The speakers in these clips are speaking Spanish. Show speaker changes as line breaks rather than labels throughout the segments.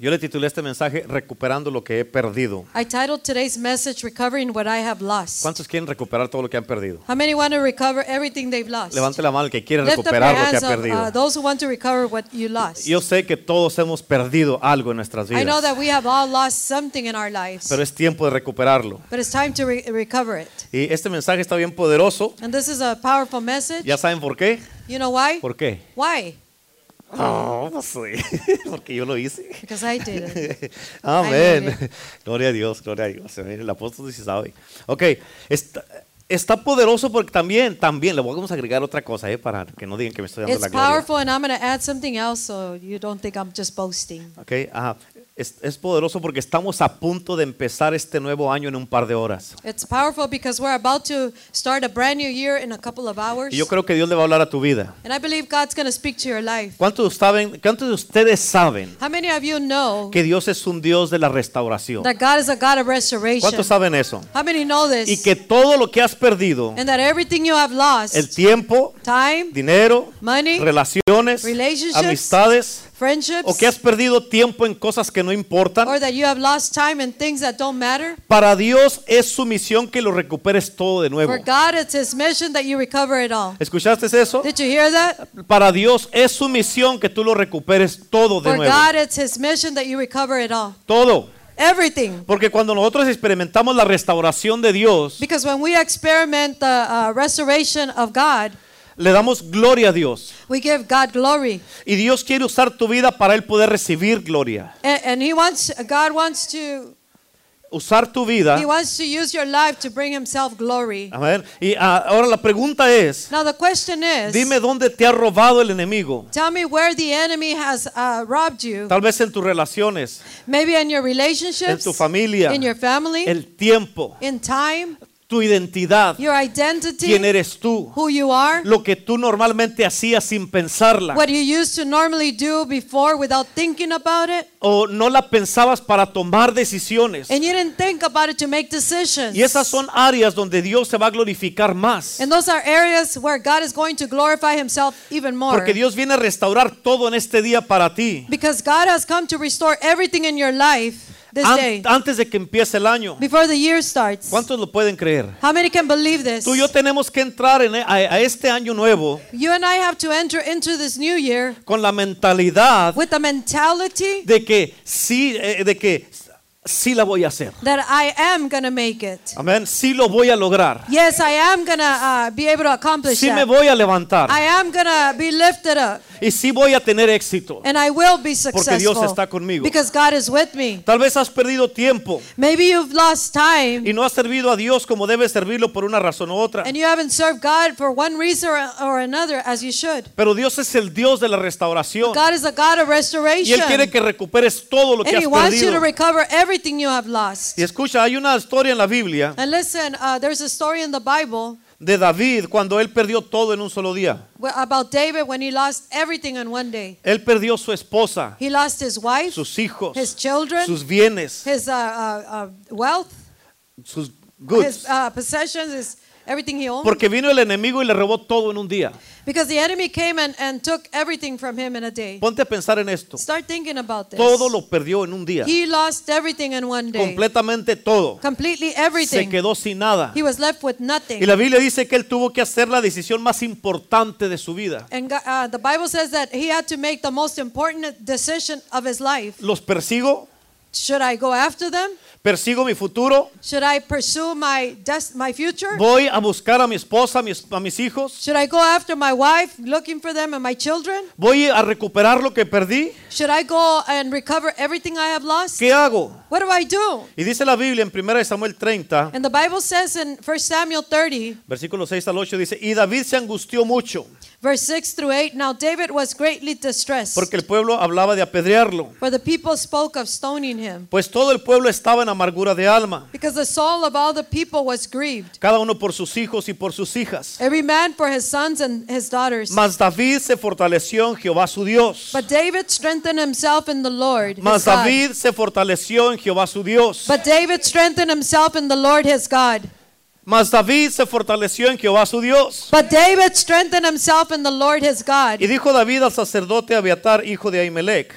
Yo le titulé este mensaje Recuperando lo que he perdido.
I titled today's message Recovering What I Have Lost.
¿Cuántos quieren recuperar todo lo que han perdido?
How many want to recover everything they've lost?
Levante la mano el que quiere
Lift up your
recuperar lo que ha
hands up, uh,
perdido.
those who want to recover what you lost.
Yo sé que todos hemos perdido algo en nuestras
I know
vidas,
that we have all lost something in our lives,
pero es tiempo de recuperarlo.
but it's time to re- recover it.
Y este mensaje está bien poderoso.
And this is a powerful message.
¿Ya saben por qué?
You know why?
¿Por qué?
Why?
Oh, No, no sé, porque yo lo hice.
Because I did it.
Amén.
Amén.
Gloria a Dios, gloria a Dios. Amén. El apóstol dice sabe. Ok, está, está poderoso porque también, también, le vamos a agregar otra cosa, eh, para que no digan que me estoy dando
It's
la gloria.
powerful, and I'm going to add something else so you don't think I'm just boasting.
Ok, ajá. Es, es poderoso porque estamos a punto de empezar este nuevo año en un par de horas.
It's powerful because we're about to start a brand new year in a couple of hours.
Y yo creo que Dios le va a hablar a tu vida.
And I believe God's going to speak to your life.
¿Cuántos, saben, ¿Cuántos de ustedes saben
How many of you know
que Dios es un Dios de la restauración?
that God is a God of restoration?
¿Cuántos saben eso?
How many know this?
Y que todo lo que has perdido,
and that everything you have lost
el tiempo,
time,
dinero,
money,
relaciones,
relationships,
amistades,
friendships,
o que has perdido tiempo en cosas que no importan,
or that you have lost time and things that don't matter.
para Dios es su misión que lo recuperes todo de nuevo.
For God, it's His mission that you recover it all.
¿Escuchaste eso?
Did you hear that?
Para Dios es su misión que tú lo recuperes todo de
For
nuevo.
God, it's His mission that you recover it all.
Todo.
Everything.
Porque cuando nosotros experimentamos la restauración de Dios,
Because when we experiment the uh, restoration of God,
le damos gloria a Dios.
we give God glory.
Y Dios quiere usar tu vida para Él poder recibir gloria.
And, and He wants, God wants to,
Usar tu vida.
He wants to use your life to bring Himself glory.
Amén. Y ah, ahora la pregunta es,
Now the question is,
dime dónde te ha robado el enemigo.
tell me where the enemy has uh, robbed you.
Tal vez en tus relaciones,
Maybe in your
en
relationships,
tu familia,
in your family,
el tiempo,
in time,
tu identidad,
your identity,
quién eres tú,
who you are,
lo que tú normalmente hacías sin pensarla.
what you used to normally do before without thinking about it,
o no la pensabas para tomar decisiones.
and you didn't think about it to make decisions.
Y esas son áreas donde Dios se va a glorificar más.
And those are areas where God is going to glorify Himself even more.
Porque Dios viene a restaurar todo en este día para ti.
Because God has come to restore everything in your life this
An-
day
antes de que empiece el año.
before the year starts.
¿Cuántos lo pueden creer?
How many can believe this?
Tú y yo tenemos que entrar en, a, a este año nuevo
You and I have to enter into this new year
con la mentalidad
with the mentality
de que sí, eh, de que sí la voy a hacer.
that I am going to make it.
Amén. Sí lo voy a lograr.
Yes, I am going to uh, be able to accomplish
Sí me
that.
voy a levantar.
I am going to be lifted up
Y sí voy a tener éxito.
and I will be successful
está conmigo.
because God is with me.
Tal vez has perdido tiempo.
Maybe you've lost time
y no has servido a Dios como debes servirlo por una razón u otra.
and you haven't served God for one reason or, or another as you should.
Pero Dios es el Dios de la restauración
God is a God of
y
restoration.
él quiere que recuperes todo lo que
And
has
he wants you to
perdido.
recover everything you have lost.
Y escucha, hay una historia en la Biblia
And listen, uh, there's a story in the Bible
de David cuando él perdió todo en un solo día.
wh- about David when he lost everything in one day.
Él perdió su esposa,
He lost his wife,
sus hijos,
his children,
sus bienes,
his uh, uh, uh, wealth,
sus
his
goods,
uh, possessions, his everything he owned.
porque vino el enemigo y le robó todo en un día.
because the enemy came and, and took everything from him in a day.
Ponte a pensar en esto.
Start thinking about this.
Todo lo perdió en un día.
he lost everything in one day.
Completamente todo.
Completely
Se
everything.
quedó sin nada.
He was left with nothing.
Y la Biblia dice que él tuvo que hacer la decisión más importante de su vida.
And Go- uh, the Bible says that he had to make the most important decision of his life.
¿Los persigo?
Should I go after them?
¿Persigo mi futuro?
Should I pursue my des- my future?
¿Voy a buscar a mi esposa, a mis, a mis hijos?
Should I go after my wife, looking for them and my children?
¿Voy a recuperar lo que perdí?
Should I go and recover everything I have lost?
¿Qué hago?
What do I do?
Y dice la Biblia en 1 Samuel 30,
And the Bible says in 1 Samuel 30,
versículos 6 al 8, dice, y David se angustió mucho
verse 6 through 8, now David was greatly distressed,
porque el pueblo hablaba de apedrearlo,
for the people spoke of stoning him,
pues todo el pueblo estaba en amargura de alma,
because the soul of all the people was grieved,
cada uno por sus hijos y por sus hijas.
every man for his sons and his daughters.
Mas David se fortaleció en Jehová su Dios.
But David strengthened himself in the Lord. his
Mas
God.
David se fortaleció en Jehová su Dios.
But David strengthened himself in the Lord his God.
Mas David se fortaleció en Jehová su Dios.
But David strengthened himself in the Lord his God.
Y dijo David al sacerdote Abiatar, hijo de Ahimelech,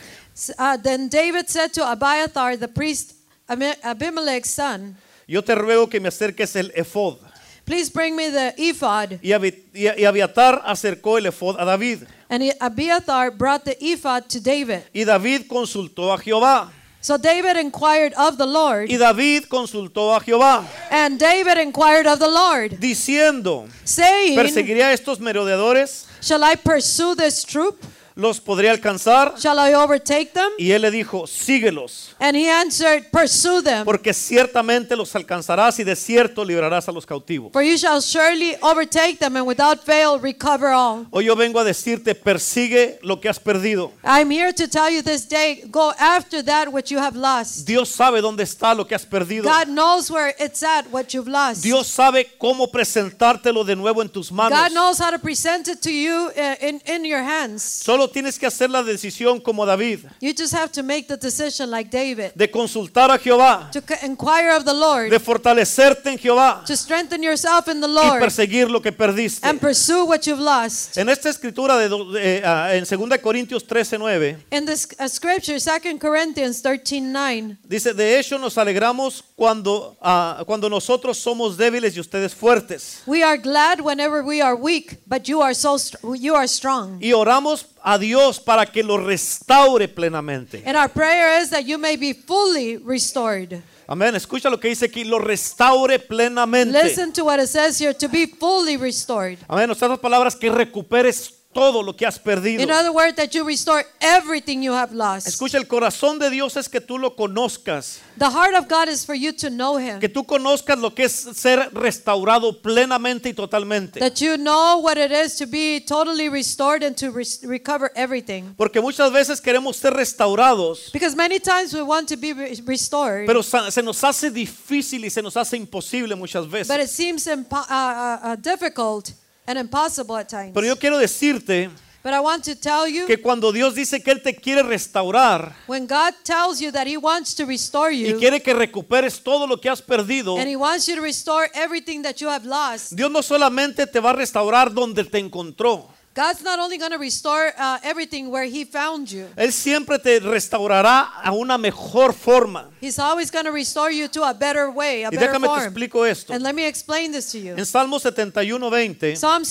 Uh, then David said to Abiathar, the priest, Ami- Abimelech's son,
Yo te ruego que me acerques el efod.
Please bring me the ephod.
Y, Abi- y- y Abiatar acercó el efod a David.
And he- Abiathar brought the ephod to David.
Y David consultó a Jehová.
So David inquired of the Lord,
Y David consultó a Jehová,
and David inquired of the Lord,
diciendo,
saying,
¿perseguiré a estos merodeadores?
Shall I pursue this troop?
¿Los podré alcanzar?
Shall I overtake them?
Y él le dijo, síguelos,
And he answered, Pursue them,
porque ciertamente los alcanzarás y de cierto librarás a los cautivos.
for you shall surely overtake them, and without fail recover all.
Hoy yo vengo a decirte, persigue lo que has perdido.
I'm here to tell you this day go after that which you have lost.
Dios sabe dónde está lo que has perdido.
God knows where it's at, what you've lost.
Dios sabe cómo presentártelo de nuevo en tus
God
manos.
knows how to present it to you uh, in, in your hands.
Solo tienes que hacer la decisión como David,
You just have to make the decision like David
de consultar a Jehová,
to c- inquire of the Lord,
de fortalecerte en Jehová
to strengthen yourself in the
y
Lord,
perseguir lo que perdiste.
and pursue what you've lost.
En esta escritura de, do- de, ah, en 2 Corintios 13:9
In this uh, scripture, 2 Corinthians 13 9,
dice, de hecho nos alegramos cuando, ah, cuando nosotros somos débiles y ustedes fuertes.
we are glad whenever we are weak, but you are, so str- you are strong.
Y oramos a Dios para que lo restaure plenamente.
And our prayer is that you may be fully restored.
Amén. Escucha lo que dice aquí, lo restaure plenamente.
Listen to what it says here to be fully restored.
Amén. O sea, otras palabras, que recuperes todo lo que has perdido.
In other words, that you restore everything you have lost.
Escucha, el corazón de Dios es que tú lo conozcas,
The heart of God is for you to know Him,
que tú conozcas lo que es ser restaurado plenamente y totalmente.
that you know what it is to be totally restored and to res- recover everything.
Porque muchas veces queremos ser restaurados
Because many times we want to be re- restored,
Pero sa- se nos hace difícil y se nos hace imposible muchas
but
veces.
it seems impo- uh, uh, uh, difficult and impossible at times.
Pero yo quiero decirte
But I want to tell you,
que cuando Dios dice que Él te quiere restaurar
when God tells you that He wants to restore
y
you,
quiere que recuperes todo lo que has perdido,
and He wants you to restore everything that you have lost,
Dios no solamente te va a restaurar donde te encontró,
God's not only going to restore uh, everything where He found you.
Él siempre te restaurará a una mejor forma.
He's always going to restore you to a better way, a
Y
better
déjame te
form.
explico esto.
And let me explain this to you.
En Salmo 71, 20
Psalm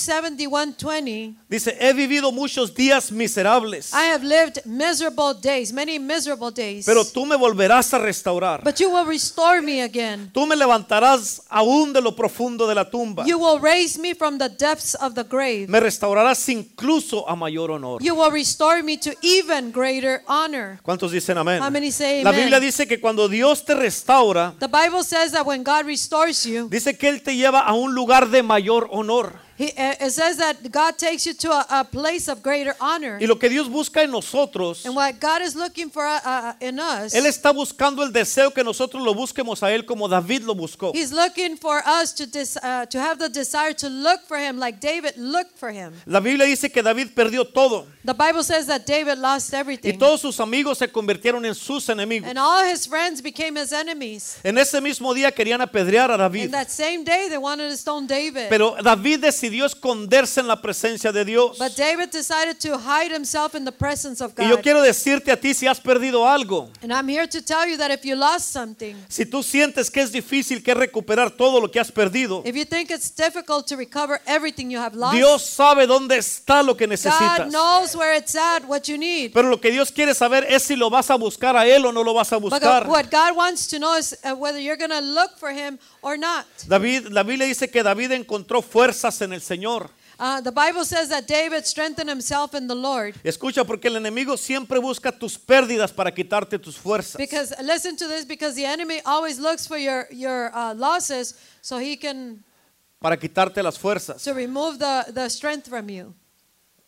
71:20,
dice, he vivido muchos días miserables,
I have lived miserable days, many miserable days.
pero tú me volverás a restaurar.
but you will restore me again.
Tú me levantarás aún de lo profundo de la tumba.
You will raise me from the depths of the grave.
me restaurarás incluso a mayor honor.
You will restore me to even greater honor.
¿Cuántos dicen amén?
How many say
La
amen?
Biblia dice que cuando Dios te restaura,
The Bible says that when God restores you,
dice que Él te lleva a un lugar de mayor honor.
he, eh, it says that God takes you to a, a place of greater honor.
Y lo que Dios busca en nosotros,
And what God is looking for uh, uh, in us,
Él está buscando el deseo que nosotros lo busquemos a Él como David lo buscó.
He's looking for us to, des- uh, to have the desire to look for him like David looked for him.
La Biblia dice que David perdió todo
The Bible says that David lost
y
everything.
todos sus amigos se convirtieron en sus enemigos.
And all his friends became his enemies.
En ese mismo día querían apedrear a
And
David,
that same day they wanted to stone David.
pero David decidió esconderse en la presencia de Dios.
But David decided to hide himself in the presence of
Y yo
God.
quiero decirte a ti si has perdido algo,
And I'm here to tell you that if you lost something,
Si tú sientes que es difícil que recuperar todo lo que has perdido,
if you think it's difficult to recover everything you have lost,
Dios sabe dónde está lo que
God
necesitas.
knows where it's at, what you need.
Pero lo que Dios quiere saber es si lo vas a buscar a Él o no lo vas a
But
buscar.
what God wants to know is uh, whether you're going to look for him or not.
David, la Biblia dice que David encontró fuerzas en el Señor.
Uh, the Bible says that David strengthened himself in the Lord.
Escucha, porque el enemigo siempre busca tus pérdidas para quitarte tus fuerzas.
Because listen to this, because the enemy always looks for your your uh, losses, so he can
Para quitarte las fuerzas.
to remove the the strength from you.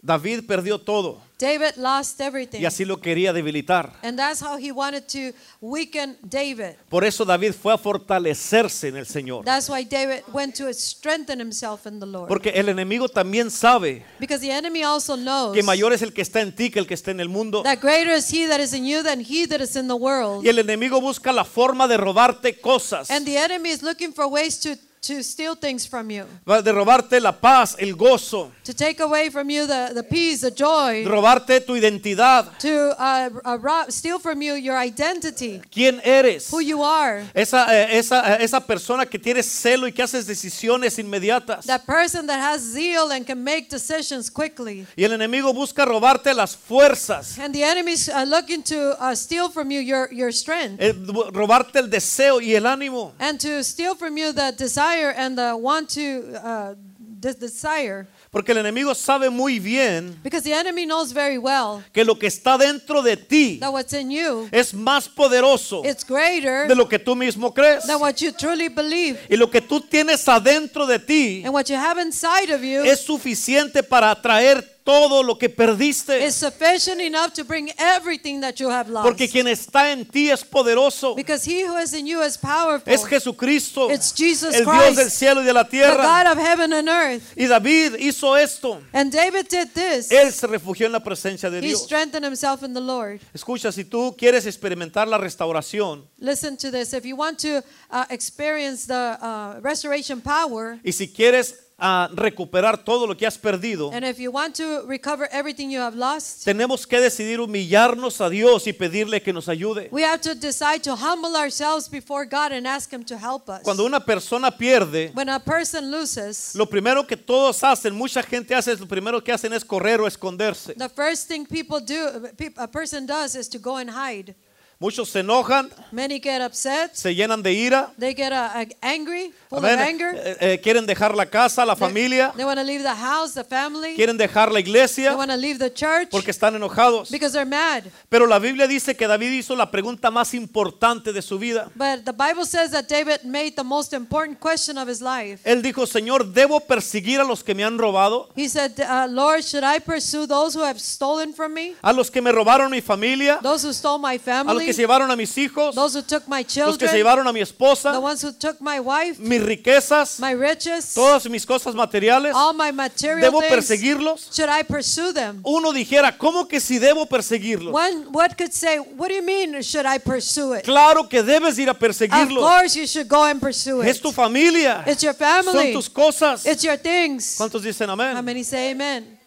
David perdió todo
David lost everything,
y así lo quería debilitar.
and that's how he wanted to weaken David.
Por eso David fue a fortalecerse en el Señor.
That's why David went to strengthen himself in the Lord.
Porque el enemigo también sabe
Because the enemy also knows
que mayor es el que está en ti que el que está en el mundo.
that greater is he that is in you than he that is in the world.
Y el enemigo busca la forma de robarte cosas.
And the enemy is looking for ways to to steal things from you,
va- de robarte la paz, el gozo,
to take away from you the, the peace, the joy,
de robarte tu identidad,
to uh, uh, rob, steal from you your identity,
quién eres.
who you are.
Esa, eh, esa, eh, esa persona que tiene celo y que haces decisiones inmediatas.
That person that has zeal and can make decisions quickly.
Y el enemigo busca robarte las fuerzas,
And the enemy's uh, looking to uh, steal from you your, your strength
eh, bu- robarte el deseo y el ánimo.
and to steal from you the desire and the want to uh, de- desire.
Porque el enemigo sabe muy bien
Because the enemy knows very well
que lo que está dentro de ti
that what's in you
es más poderoso
it's greater
de lo que tú mismo crees.
than what you truly believe.
Y lo que tú tienes adentro de ti
And what you have inside of you
es suficiente para atraer todo lo que perdiste.
is sufficient enough to bring everything that you have lost.
Porque quien está en ti es poderoso.
Because he who is in you is powerful.
Es Jesucristo,
It's Jesus
el Dios
Christ,
del cielo y de la
the
tierra.
God of heaven and earth.
Y David hizo esto.
And David did this.
Él se refugió en la presencia de
He
Dios.
strengthened himself in the Lord.
Escucha, si tú quieres experimentar la restauración
Listen to this. If you want to uh, experience the uh, restoration power,
y si quieres ah, recuperar todo lo que has perdido,
and if you want to recover everything you have lost,
tenemos que decidir humillarnos a Dios y pedirle que nos ayude.
we have to decide to humble ourselves before God and ask Him to help us.
Cuando una persona pierde,
When a person loses,
lo primero que todos hacen, mucha gente hace, lo primero que hacen es correr o esconderse.
the first thing people do, pe- a person does, is to go and hide.
Muchos se enojan,
Many get upset.
se llenan de ira,
They get uh, uh, angry, full
amén,
of anger.
eh, eh, quieren dejar la casa, la familia,
They want to leave the house, the family.
quieren dejar la
They
iglesia
want to leave the church
porque están enojados.
because they're mad.
Pero la Biblia dice que David hizo la pregunta más importante de su vida.
But the Bible says that David made the most important question of his life.
Él dijo, Señor, ¿debo perseguir a los que me han robado?
He said, uh, Lord, should I pursue those who have stolen from me?
¿A los que me robaron mi familia?
Those who stole
¿A
my
los
family?
que se llevaron a mis hijos?
Those who took my
¿Los que se Mm.
children?
llevaron a mi
The
esposa?
ones who took my wife?
¿Mis riquezas?
My riches?
¿Todas mis cosas materiales?
All my material
¿Debo Oh,
things?
perseguirlos?
Should I pursue them?
Uno dijera, ¿cómo que si debo perseguirlos?
One, what could say, what do you mean, should I pursue it?
Claro que debes ir a
Of
perseguirlos.
course you should go and pursue
Es
it.
tu familia.
It's your
Son
family.
tus cosas.
It's your things.
¿Cuántos dicen
How
amén?
many say amen?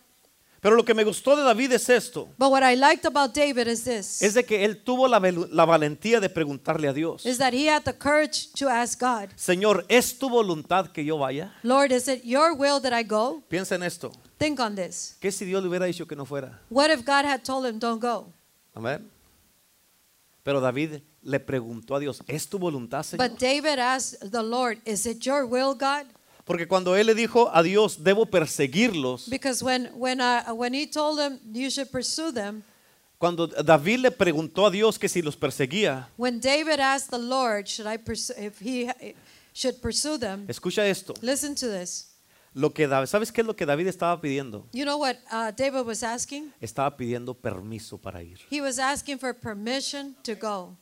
Pero lo que me gustó de David es esto.
But what I liked about David is this.
es de que él tuvo la, velu- la valentía de preguntarle a Dios,
is that he had the courage to ask God,
Señor, ¿es tu voluntad que yo vaya?
Lord, is it your will that I go?
Piensa en esto,
Think on this.
¿qué si Dios le hubiera dicho que no fuera?
What if God had told him, don't go?
Amén. Pero David le preguntó a Dios, ¿es tu voluntad, Señor?
But David asked the Lord, is it your will, God?
Porque cuando él le dijo a Dios, debo perseguirlos,
Because when, when, uh, when he told him you should pursue them,
cuando David le preguntó a Dios que si los perseguía,
when David asked the Lord, should I pursue, if he eh, should pursue them,
escucha esto,
listen to this.
lo que Da- ¿sabes qué es lo que David estaba pidiendo?
You know what uh, David was asking?
Estaba pidiendo permiso para ir.
He was asking for permission to go.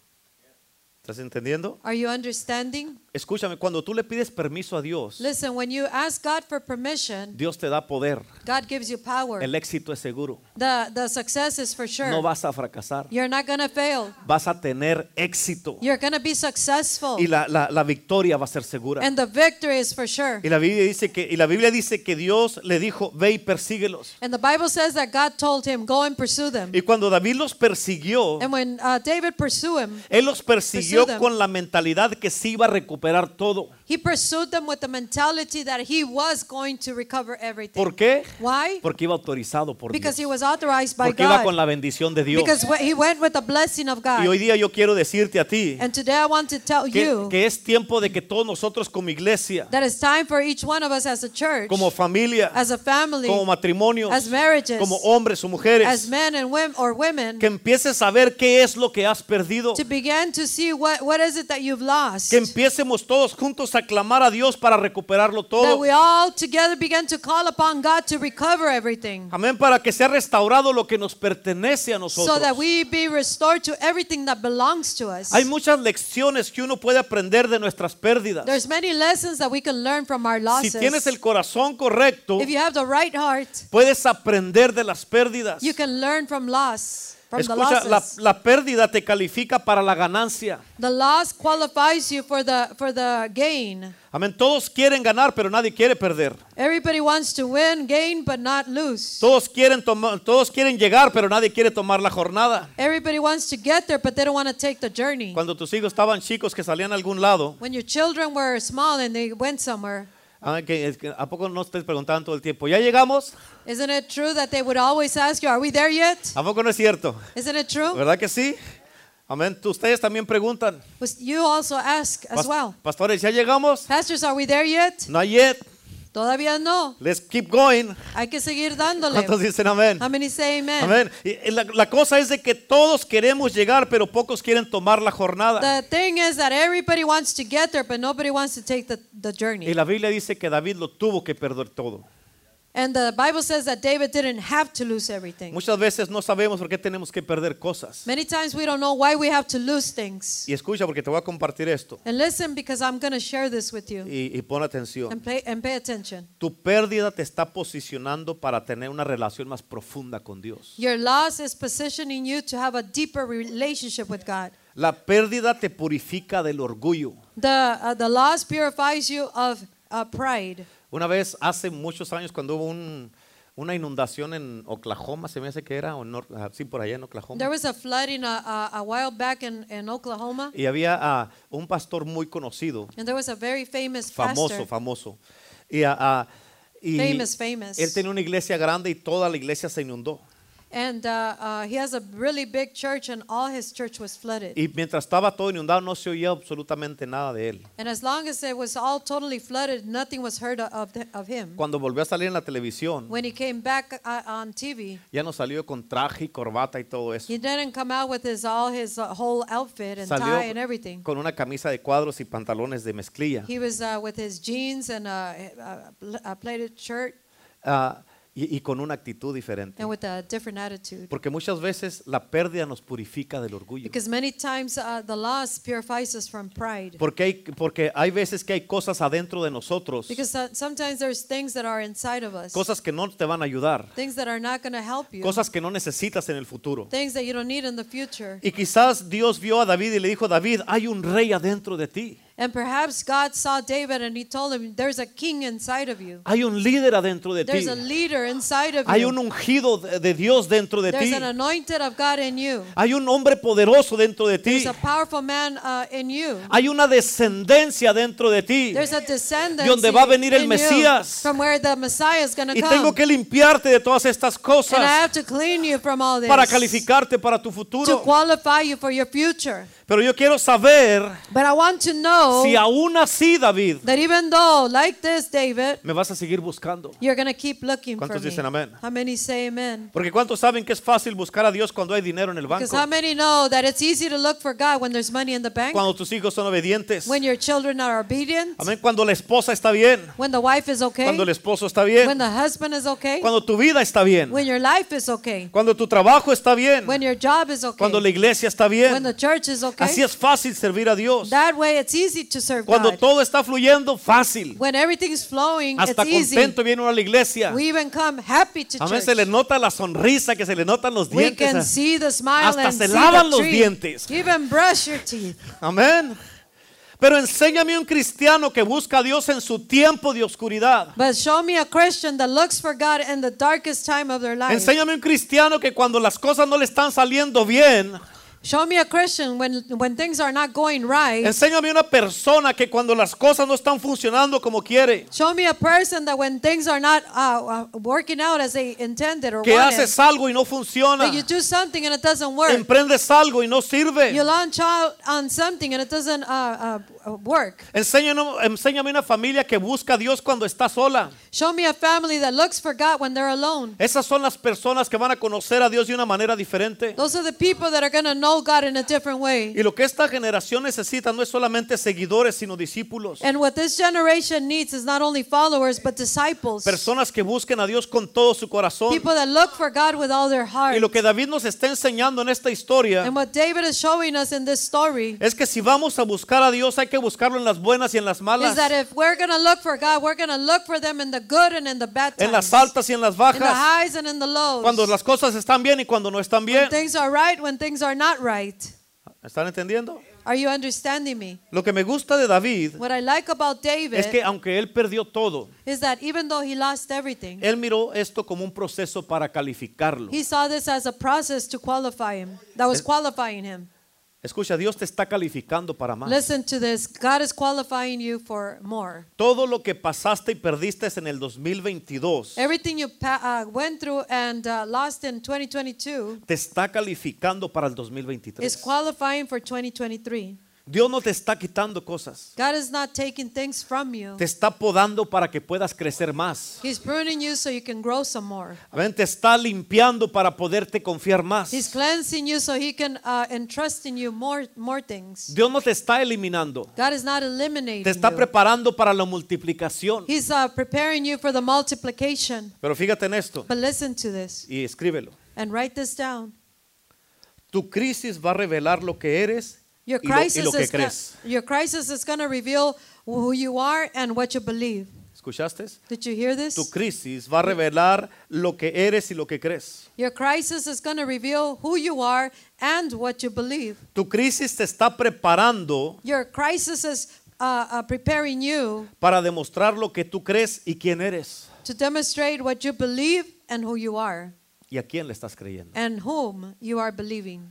¿Estás entendiendo?
Are you understanding?
Escúchame, cuando tú le pides permiso a Dios,
Listen, when you ask God for permission,
Dios te da poder.
God gives you power.
El éxito es seguro.
The, the success is for sure.
No vas a fracasar.
You're not going to fail.
Vas a tener éxito.
You're going to be successful.
Y la, la- la victoria va a ser segura.
And the victory is for sure.
Y la, Biblia dice que, y la Biblia dice que Dios le dijo, ve y persíguelos.
And the Bible says that God told him, go and pursue them.
Y cuando David los persiguió,
And when uh, David pursued him,
él los persiguió
Pursue them.
con la mentalidad que se iba a recuperar todo.
he pursued them with the mentality that he was going to recover everything.
¿Por qué?
Why?
Porque iba autorizado por Dios.
Because he was authorized by
Porque iba con
God.
la bendición de Dios.
Because wh- he went with the blessing of
Y hoy
God.
día yo quiero decirte a ti
And today I want to tell
que,
you
que es tiempo de que todos nosotros como iglesia,
that it's time for each one of us as a church,
como familia,
as a family,
como matrimonios,
as marriages,
como hombres o mujeres,
as men and women or women,
que empieces a ver qué es lo que has perdido,
to begin to see what, what is it that you've lost.
que empiecemos todos juntos a clamar a Dios para recuperarlo
That
todo.
we all together begin to call upon God to recover everything.
Amén, para que sea restaurado lo que nos pertenece a
So
nosotros.
that we be restored to everything that belongs to us.
Hay muchas lecciones que uno puede aprender de nuestras pérdidas.
There's many lessons that we can learn from our
Si
losses.
tienes el corazón correcto,
if you have the right heart,
puedes aprender de las pérdidas.
you can learn from loss, from the
Escucha, la,
losses.
la pérdida te califica para la ganancia.
The loss qualifies you for the for the gain.
Amén. Todos quieren ganar, pero nadie quiere perder.
Everybody wants to win, gain, but not lose.
Todos quieren, toma- todos quieren llegar, pero nadie quiere tomar la jornada.
Everybody wants to get there, but they don't want to take the journey.
Cuando tus hijos estaban chicos que salían a algún lado,
When your children were small and they went somewhere,
ah, que- es que, ¿a poco no te preguntaban todo el tiempo? ¿Ya llegamos?
isn't it true that they would always ask you, "Are we there yet?"
¿A poco no es cierto?
Isn't it true?
¿Verdad que sí? Amén. Tú- Ustedes también preguntan.
Was- You also ask
"Pas-
as well,
Pastores, ¿ya llegamos?
pastors, "Are we there yet?"
No yet.
Todavía no.
Let's keep going.
Hay que seguir dándole.
¿Cuántos dicen amén?
How many say amen?
Amén. Y- y La, la cosa es de que todos queremos llegar, pero pocos quieren tomar la jornada.
The thing is that everybody wants to get there, but nobody wants to take the, the journey.
Y la Biblia dice que David lo tuvo que perder todo.
And the Bible says that David didn't have to lose everything.
Muchas veces no sabemos por qué tenemos que perder cosas.
Many times we don't know why we have to lose things.
Y escucha, porque te voy a compartir esto.
And listen, because I'm going to share this with you
Y, y pon atención.
and pay, and pay attention.
Tu pérdida te está posicionando para tener una relación más profunda con Dios.
Your loss is positioning you to have a deeper relationship with God.
La pérdida te purifica del orgullo.
The, uh, the loss purifies you of uh, pride.
Una vez, hace muchos años, cuando hubo un- una inundación en Oklahoma, se me hace que era, o en Nor- ah, sí, por allá en
There
Oklahoma.
was a flooding a, a, a while back in, in Oklahoma,
Y había ah, un pastor muy conocido,
and there was a very famous
famoso,
pastor.
famoso. Y, ah, ah, y
Famous, famous.
él tenía una iglesia grande y toda la iglesia se inundó.
And uh, uh, he has a really big church, and all his church was flooded.
Y mientras estaba todo inundado, no se oía absolutamente nada de él.
And as long as it was all totally flooded, nothing was heard of, the- of him.
Cuando volvió a salir en la televisión,
When he came back uh, on TV,
ya no salió con traje y corbata y todo eso.
he didn't come out with his all his uh, whole outfit and tie and
Salió
everything.
con una camisa de cuadros y pantalones de mezclilla.
He was uh, with his jeans and a, a, a plated shirt
Ah, y, y con una actitud diferente.
and with a different attitude.
Porque muchas veces la pérdida nos purifica del orgullo.
Because many times uh, the loss purifies us from pride.
Porque hay, porque hay veces que hay cosas adentro de nosotros,
Because uh, sometimes there's things that are inside of us,
cosas que no te van a ayudar,
things that are not going to help you,
cosas que no necesitas en el futuro.
things that you don't need in the future.
Y quizás Dios vio a David y le dijo, David, hay un rey adentro de ti,
And perhaps God saw David and he told him, There's a king inside of you.
hay un líder adentro de ti,
There's a leader inside of
hay
you.
un ungido de de Dios dentro de
There's
ti,
an anointed of God in you.
hay un hombre poderoso dentro de ti,
There's a powerful man uh, in you.
hay una descendencia dentro de ti.
There's a descendant
De donde va a venir el Mesías.
from where the Messiah is going to
Y tengo
come.
que limpiarte de todas estas
and I
cosas
have to clean you from all this
para calificarte para tu
to
futuro.
qualify you for your future.
Pero yo quiero saber
But I want to know
si aún así, David,
that even though, like this, David,
me vas a seguir buscando.
you're going to keep looking for
¿Cuántos
me.
dicen amén?
How many say amen?
Porque ¿cuántos saben que es fácil buscar a Dios cuando hay dinero en el
Because
banco?
how many know that it's easy to look for God when there's money in the bank,
Cuando tus hijos son obedientes.
when your children are obedient,
Amén. Cuando la esposa está bien.
when the wife is okay,
Cuando el esposo está
when
bien.
the husband is okay,
Cuando tu vida está bien.
when your life is okay,
Cuando tu trabajo está bien.
when your job is okay,
Cuando la iglesia está
when
bien.
the church is
Así
okay.
es fácil servir a Dios.
That way it's easy to serve
Cuando
God.
todo está fluyendo, fácil.
When everything's flowing, it's
Hasta
easy.
contento viene uno a la iglesia.
We even come happy to
Amén. Se le
church.
nota la sonrisa, que se le notan los
We
dientes. ah.
can see the smile
Hasta
and
se
see
lavan
the
los
treat.
dientes.
Even brush your teeth.
Amén. Pero enséñame un cristiano que busca a Dios en su tiempo de oscuridad.
But show me a Christian that looks for God in the darkest time of their life.
Enséñame un cristiano que cuando las cosas no le están saliendo bien,
Show me a Christian when, when things are not going right.
enséñame una persona que cuando las cosas no están funcionando como quiere,
Show me a person that when things are not uh, uh, working out as they intended or
que
wanted,
haces algo y no funciona,
that you do something and it doesn't work.
emprendes algo y no
You
sirve.
launch out on something and it doesn't uh, uh, uh, work.
Enséñame, enséñame una familia que busca a Dios cuando está sola.
Show me a family that looks for God when they're alone.
Esas son las personas que van a conocer a Dios de una manera diferente.
Those are the people that are going to know God in a different way.
Y lo que esta generación necesita no es solamente seguidores, sino discípulos.
And what this generation needs is not only followers but disciples.
Personas que busquen a Dios con todo su corazón.
People that look for God with all their heart.
Y lo que David nos está enseñando en esta historia
And what David is showing us in this story
es que si vamos a buscar a Dios hay que buscarlo en las buenas y en las
is
malas,
that if we're going to look for God, we're going to look for them in the good and in the bad times.
en las altas y en las
in the
bajas,
highs and in the lows.
cuando las cosas están bien y cuando no están bien.
when things are right, when things are not right.
¿Están entendiendo?
Are you understanding me?
Lo que me gusta de David
What I like about David
es que aunque él perdió todo,
is that even though he lost everything,
él miró esto como un proceso para calificarlo.
he saw this as a process to qualify him. That was qualifying him.
Escucha, Dios te está calificando para más.
Listen to this. God is qualifying you for more.
Todo lo que pasaste y perdiste en el 2022
Everything you pa- uh, went through and uh, lost in 2022
te está calificando para el
is
2023.
qualifying for 2023.
Dios no te está quitando cosas.
God is not taking things from you.
Te está podando para que puedas crecer más.
He's pruning you so you can grow some more.
Amén, Te está limpiando para poderte confiar más.
He's cleansing you so he can uh, entrust in you more more things.
Dios no te está eliminando.
God is not
Te
eliminating
está
you.
preparando para la multiplicación.
He's uh, preparing you for the multiplication.
Pero fíjate en esto
But listen to this
y escríbelo.
and write this down.
Tu crisis va a revelar lo que eres y
Your
lo, y
crisis
lo que
is gonna,
crees.
your crisis is going to reveal who you are and what you believe.
¿Escuchaste?
Did you hear
Tu
this?
crisis va a revelar lo que eres y lo que crees.
Your crisis is going to reveal who you are and what you believe.
Tu crisis te está preparando
Your crisis is uh, uh, preparing you
para demostrar lo que tú crees y quién eres
to demonstrate what you believe and who you are
y a quién le estás creyendo.
and whom you are believing.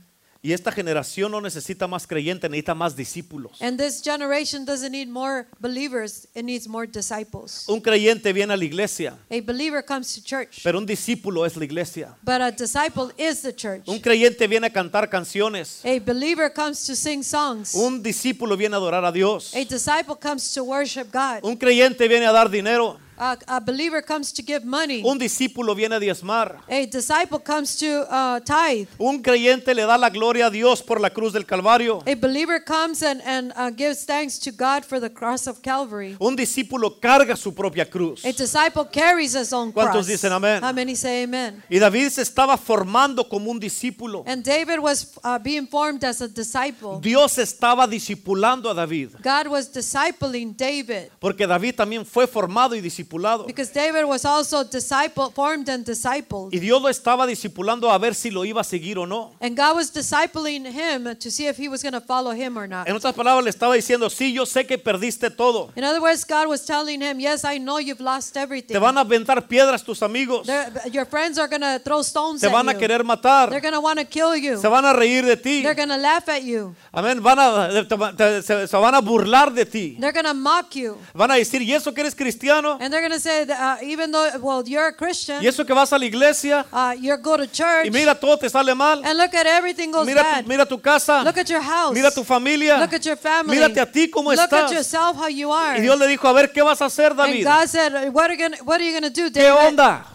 Y esta generación no necesita más creyentes, necesita más discípulos.
And this generation doesn't need more believers, it needs more disciples.
Un creyente viene a la iglesia,
A believer comes to church,
pero un discípulo es la iglesia.
but a disciple is the church.
Un creyente viene a cantar canciones,
A believer comes to sing songs.
un discípulo viene a adorar a Dios,
A disciple comes to worship God.
un creyente viene a dar dinero,
A, a believer comes to give money.
un discípulo viene a diezmar.
A disciple comes to uh, tithe.
Un creyente le da la gloria a Dios por la cruz del Calvario.
A believer comes and, and uh, gives thanks to God for the cross of Calvary.
Un discípulo carga su propia cruz.
A disciple carries his own
¿Cuántos
cross.
dicen amén?
How many say amen?
Y David se estaba formando como un discípulo.
And David was uh, being formed as a disciple.
Dios estaba discipulando a David.
God was discipling David
Porque David también fue formado y discipulado.
because David was also disciple formed and discipled.
Y Dios lo estaba discipulando a ver si lo iba a seguir o no.
And God was discipling him to see if he was going to follow him or not.
En otras palabras, le estaba diciendo, sí, yo sé que perdiste todo.
In other words, God was telling him, Yes, I know you've lost
Te
everything.
van a aventar piedras tus amigos.
They're- your friends are going to throw stones
Te van a
at you.
querer
They're
matar.
going to want to kill you.
Se van a reír de ti.
They're going to laugh at you.
Amén. Van a, te- te- se- se van a burlar de ti.
They're going to mock you.
Van a decir, ¿y eso que eres cristiano?
And they're going to say, that, uh, Even though, well, you're a Christian,
¿Y eso que vas a la iglesia?
uh, you go to church,
Y mira, todo te sale mal.
and look at everything goes
Mira
bad.
tu, mira tu casa.
Look at your house.
Mira tu familia.
Look at your family.
Mírate a ti cómo
Look at
estás.
yourself how you are.
Y Dios le dijo, a ver, ¿qué vas a hacer,
and
David?
God said, what are, you gonna, what are you going to do,
¿Qué
David?
onda?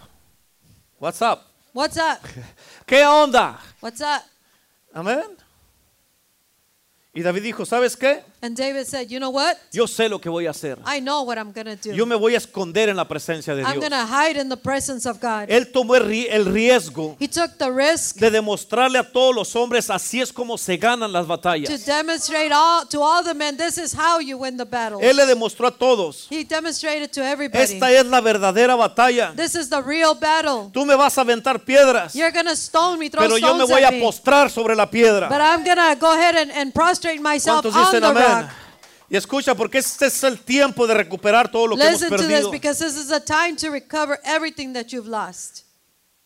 What's up?
What's up?
¿Qué onda?
What's up?
Amén. Y David dijo, ¿sabes qué?
And David said, you know what?
Yo sé lo que voy a hacer.
I know what I'm going to do.
Yo me voy a esconder en la presencia de
I'm
Dios. Eh.
going to hide in the presence of God.
Él tomó el ri- el riesgo
He took the risk
de demostrarle a todos los hombres así es como se ganan las
to
batallas.
demonstrate all to all the men, this is how you win the battle.
Él le demostró a todos,
He demonstrated to everybody.
Eh. esta es la verdadera batalla.
This is the real battle.
Tú me vas a aventar piedras,
You're going to stone me, throw
pero yo me
stones
voy
at
a
me.
postrar sobre la
But
piedra.
I'm going to go ahead and, and prostrate myself
¿Cuántos
on the
dicen amén?
rock.
Y escucha, porque este es el tiempo de recuperar todo lo que hemos
Listen to this
perdido.
because this is a time to recover everything that you've lost.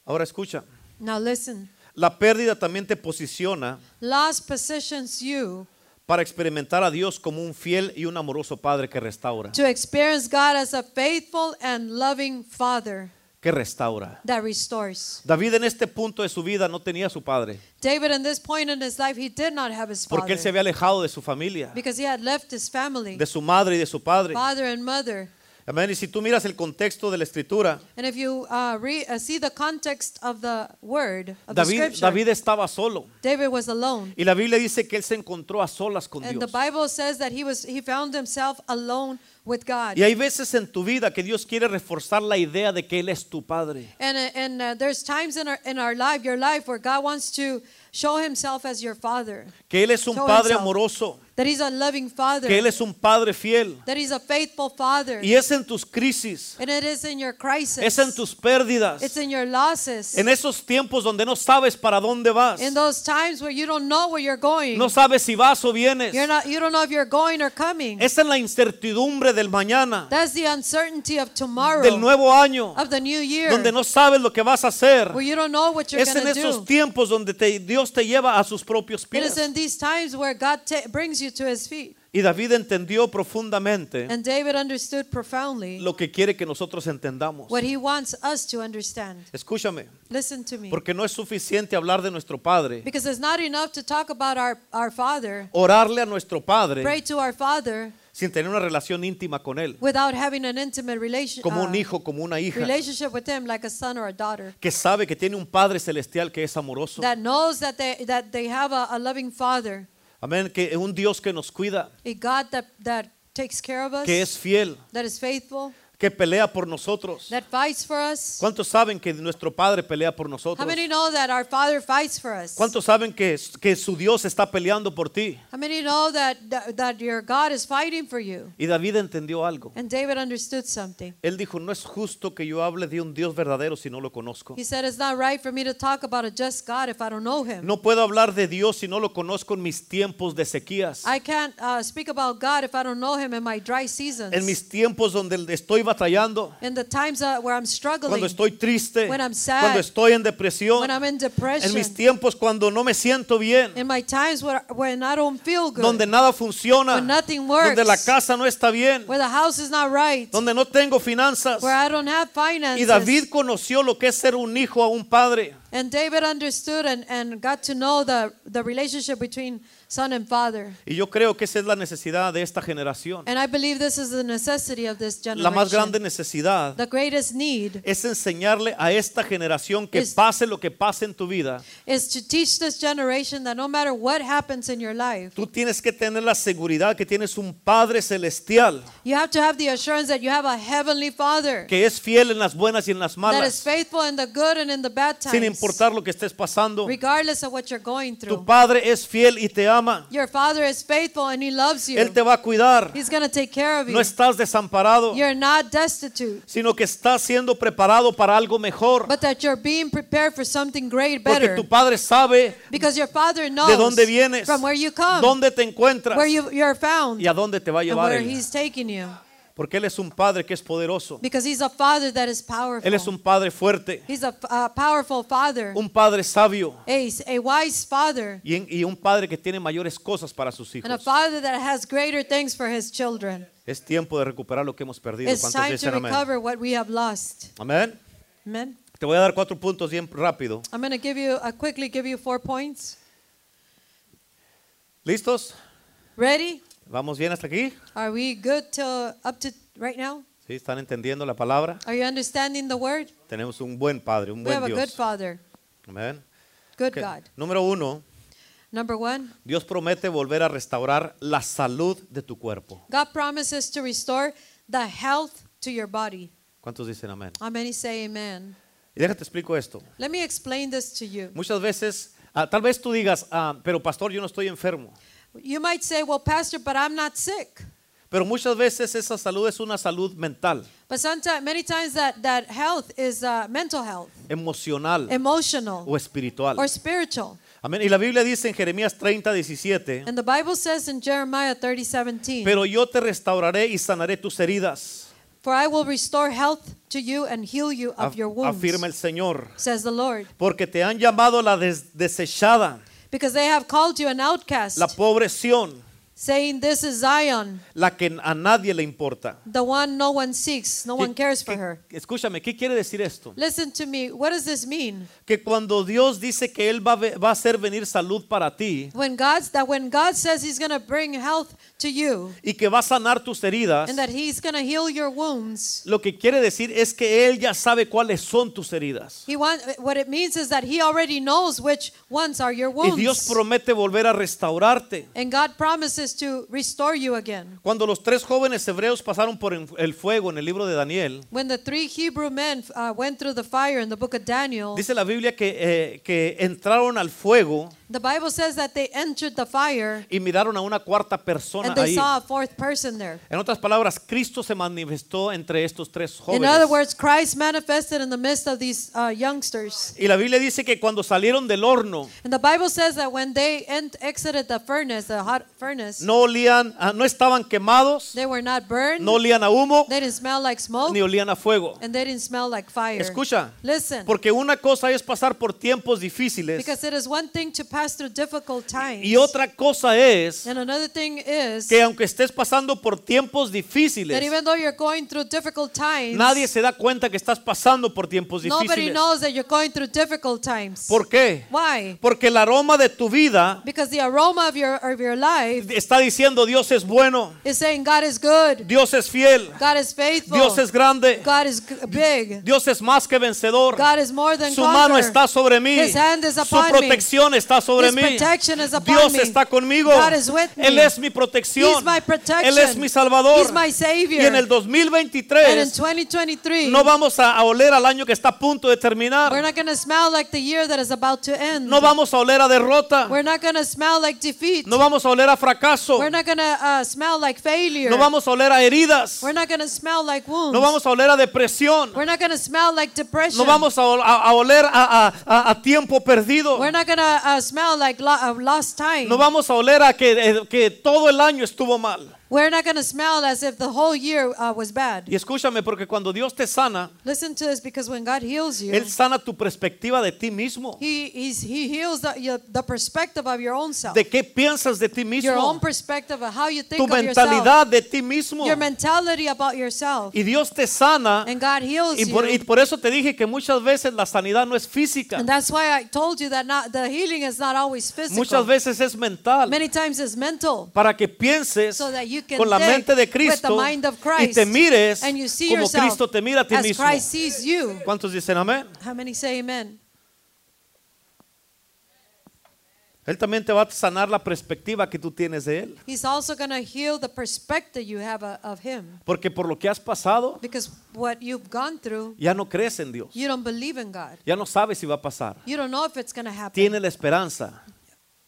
Ahora escucha,
Now listen.
la pérdida también te posiciona
Loss positions you
para experimentar a Dios como un fiel y un amoroso Padre que restaura,
to experience God as a faithful and loving Father
que restaura.
that restores.
David en este punto de su vida no tenía a su padre,
David, in this point in his life, he did not have his
porque él se
father
había alejado de su familia.
because he had left his family,
de su madre y de su padre.
father and mother.
Amén. Y si tú miras el contexto de la escritura,
And if you uh, re- uh, see the context of the word of the
David,
scripture,
David estaba solo.
David was alone,
Y la Biblia dice que él se encontró a solas con
and the
Dios.
Bible says that he was he found himself alone with God.
Y hay veces en tu vida que Dios quiere reforzar la idea de que Él es tu Padre.
And, uh, and uh, there's times in our in our life, your life, where God wants to show Himself as your Father.
Que Él es un
Show
Padre
himself.
amoroso.
that he's a loving father,
que Él es un Padre fiel.
that he's a faithful father.
Y es en tus crisis,
and it is in your crisis.
es en tus pérdidas,
it's in your losses.
en esos tiempos donde no sabes para dónde vas,
in those times where you don't know where you're going.
no sabes si vas o vienes.
you're not, you don't know if you're going or coming.
Es en la incertidumbre del mañana,
That's the uncertainty of tomorrow,
del nuevo año,
of the new year,
donde no sabes lo que vas a hacer.
where you don't know what you're
Es en
going to do.
esos tiempos donde te- Dios te lleva a sus propios
It is
pies.
in these times where God ta- brings you to his feet.
Y David entendió profundamente
And David understood profoundly
lo que quiere que nosotros entendamos.
what he wants us to understand.
Escúchame,
Listen to me.
porque no es suficiente hablar de nuestro Padre,
Because it's not enough to talk about our, our Father,
orarle a nuestro
pray
Padre
to our Father
sin tener una relación íntima con Él,
without having an intimate relation,
como un
uh,
hijo, como una hija,
relationship with Him, like a son or a daughter,
que sabe que tiene un Padre celestial que es amoroso.
that knows that they, that they have a, a loving Father,
Amén, que es un Dios que nos cuida,
a God that, that takes care of us,
que es fiel,
that is faithful,
que pelea por nosotros.
that fights for us.
¿Cuántos saben que nuestro Padre pelea por
How
nosotros?
many know that our Father fights for us?
¿Cuántos saben que, que su Dios está peleando por ti?
How many know that, that, that your God is fighting for you?
Y David entendió algo.
And David understood something.
Él dijo, no es justo que yo hable de un Dios verdadero si no lo conozco.
He said, It's not right for me to talk about a just God if I don't know Him.
No puedo hablar de Dios si no lo conozco en mis tiempos de sequías,
I can't uh, speak about God if I don't know Him in my dry seasons.
en mis tiempos donde estoy batallando,
in the times uh, where I'm struggling,
cuando estoy triste,
When I'm sad.
cuando estoy en depresión,
when I'm in
en
depression,
mis tiempos cuando no me siento bien,
in my times where, when I don't feel good,
donde nada funciona,
When nothing works.
donde la casa no está bien,
where the house is not right,
donde no tengo finanzas.
where I don't have
Y
finances.
David conoció lo que es ser un hijo a un padre.
and David understood and, and got to know the, the relationship between son and father.
Y yo creo que esa es la necesidad de esta generación.
And I believe this is the necessity of this generation.
La más grande necesidad
the greatest need
es enseñarle a esta generación que
Es-
pase lo que pase en tu vida,
is to teach this generation that no matter what happens in your life,
tú tienes que tener la seguridad que tienes un Padre celestial
you have to have the assurance that you have a heavenly father.
que es fiel en las buenas y en las
that
malas,
is faithful in the good and in the bad times.
sin importar lo que estés pasando.
Regardless of what you're going
Tu
through.
Padre es fiel y te ama.
Your father is faithful and he loves you.
Él te va a cuidar.
He's going to take care of you.
No estás desamparado,
You're not destitute,
sino que estás siendo preparado para algo mejor,
but that you're being prepared for something great,
porque
better.
tu Padre sabe
Because your father knows
de dónde vienes,
from where you come,
dónde te encuentras
where you, you're found,
y a dónde te va a
and
llevar
where
Él.
he's taking you.
Porque Él es un Padre que es poderoso.
Because he's a father that is powerful.
Él es un Padre fuerte,
he's a uh, powerful father,
un Padre sabio
a, a wise father,
y, en- y un Padre que tiene mayores cosas para sus hijos.
and a father that has greater things for his children.
Es tiempo de recuperar lo que hemos perdido.
It's
¿Cuántos
time to
dicen amén?
recover what we have lost.
Amén.
Amen.
Te voy a dar cuatro puntos bien rápido.
I'm going to give you, I quickly give you four points.
¿Listos?
Ready?
¿Vamos bien hasta aquí?
Are we good till up to right now?
¿Sí? ¿Están entendiendo la palabra?
Are you understanding the word?
Tenemos un buen Padre, un
We have
buen
a good
Dios.
father,
Amén.
good
Ok.
God.
Número uno,
Number one,
Dios promete volver a restaurar la salud de tu cuerpo.
God promises to restore the health to your body.
¿Cuántos dicen amén?
How many say amen?
Y déjate explico esto.
Let me explain this to you.
Muchas veces, ah, tal vez tú digas, "Ah, pero pastor, yo no estoy enfermo.
You might say, well, Pastor, but I'm not sick.
Pero muchas veces esa salud es una salud mental,
But sometimes, many times that, that health is uh, mental health,
emocional
Em-
o
emotional,
espiritual.
or spiritual.
Amén. Y la Biblia dice en Jeremías 30, 17,
And the Bible says in Jeremiah 30, 17,
pero yo te restauraré y sanaré tus heridas,
For I will restore health to you and heal you of
af-
your
afirma
wounds,
el Señor,
says the Lord.
porque te han llamado la des- desechada,
Because they have called you an outcast,
la pobre Sión,
saying, This is Zion,
la que a nadie le importa.
the one no one seeks, no one
¿Qué-
cares for
qué-
her.
Escúchame, ¿qué quiere decir esto?
Listen to me. What does this mean?
Que cuando Dios dice que Él va a, ve- va a hacer venir salud para ti
When God's that when God says He's gonna bring health to you
y que va a sanar tus heridas,
and that He's gonna heal your wounds,
lo que quiere decir es que Él ya sabe cuáles son tus heridas.
He want, what it means is that He already knows which ones are your
Y Dios
wounds.
promete volver a restaurarte.
And God promises to restore you again.
Cuando los tres jóvenes hebreos pasaron por en- el fuego en el libro de Daniel,
When the three Hebrew men uh, went through the fire in the book of Daniel,
dice la Biblia que, eh, que entraron al fuego
the Bible says that they entered the fire
y miraron a una cuarta persona
and they
ahí.
saw a fourth person there.
En otras palabras, Cristo se manifestó entre estos tres
In other
jóvenes.
words, Christ manifested in the midst of these uh, youngsters.
Y la Biblia dice que cuando salieron del horno,
And the Bible says that when they ent- exited the furnace, the hot furnace,
no olían, ah, no estaban quemados,
they were not burned,
no olían a humo,
they didn't smell like smoke,
ni olían a fuego.
and they didn't smell like fire.
Escucha,
Listen,
porque una cosa es pasar por tiempos difíciles
because it is one thing to pass through difficult times,
y otra cosa es
and another thing is
que aunque estés pasando por tiempos
that
difíciles,
even though you're going through difficult times,
nadie se da cuenta que estás pasando por tiempos
nobody
difíciles.
knows that you're going through difficult times.
¿Por qué?
Why?
Porque el aroma de tu vida
Because the aroma of your, of your life
está diciendo Dios es bueno,
is saying God is good,
Dios es fiel,
God is faithful,
Dios es grande,
God is g- big,
Dios es más que vencedor.
God is more than
Su mano
conqueror.
está sobre mí.
His hand is
Su
upon me.
protección está sobre
His
mí.
protection is upon
Dios
me.
está conmigo.
God is with me.
Él es mi protección.
He's my protection.
Él es mi salvador.
He's my savior.
Y en el
And in
2023
2023,
no vamos a a oler al año que está a punto de
we're
terminar.
not going to smell like the year that is about to end.
No vamos a oler a derrota.
We're not going to smell like defeat.
No vamos a oler a fracaso.
We're not going to uh, smell like failure.
No vamos a oler a heridas.
We're not going to smell like wounds.
No vamos a oler a depresión.
We're not going to smell like depression.
No vamos a, ol- a- a oler a, a- a- a tiempo perdido.
We're not going to uh, smell like lo- uh, lost time.
No vamos a oler a que, eh, que todo el año estuvo mal.
We're not going to smell as if the whole year uh, was bad.
Y escúchame, porque cuando Dios te sana,
Listen to this because when God heals you,
Él sana tu perspectiva de ti mismo.
he, he's, he heals the, your, the perspective of your own self.
De qué piensas de ti
your own
mismo.
perspective of how you think
Tu
of yourself,
mentalidad de ti mismo.
your mentality about yourself,
Y Dios te sana.
and God heals
Y por, y
you.
por eso te dije que muchas veces la sanidad no es física.
And that's why I told you that not the healing is not always
Muchas
physical.
veces es mental.
Many times it's mental.
Para que pienses
So that you can
con la
think
mente de
with the
Cristo
mind of
y
Christ.
te mires
And you see
como
yourself
Cristo te mira a ti
as
mismo.
Christ sees you.
¿Cuántos dicen amén?
How many say amen?
Él también te va a sanar la perspectiva que tú tienes de Él.
He's also going to heal the perspective you have uh, of him
Porque por lo que has pasado,
because what you've gone through,
ya no crees en Dios.
you don't believe in God.
Ya no sabes si va a pasar.
You don't know if it's going to happen.
Tienes la esperanza.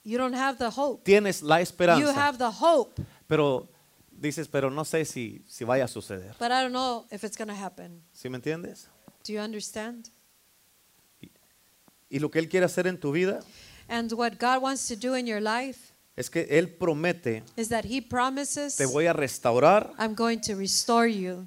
You don't have the hope.
Tienes la
You
esperanza.
have the hope,
Pero dices, pero no sé si, si vaya a suceder.
but I don't know if it's going to happen.
¿Sí me entiendes?
Do you understand?
Y lo que Él quiere hacer en tu vida
And what God wants to do in your life
es que Él promete,
is that He promises,
te voy a restaurar
I'm going to restore you,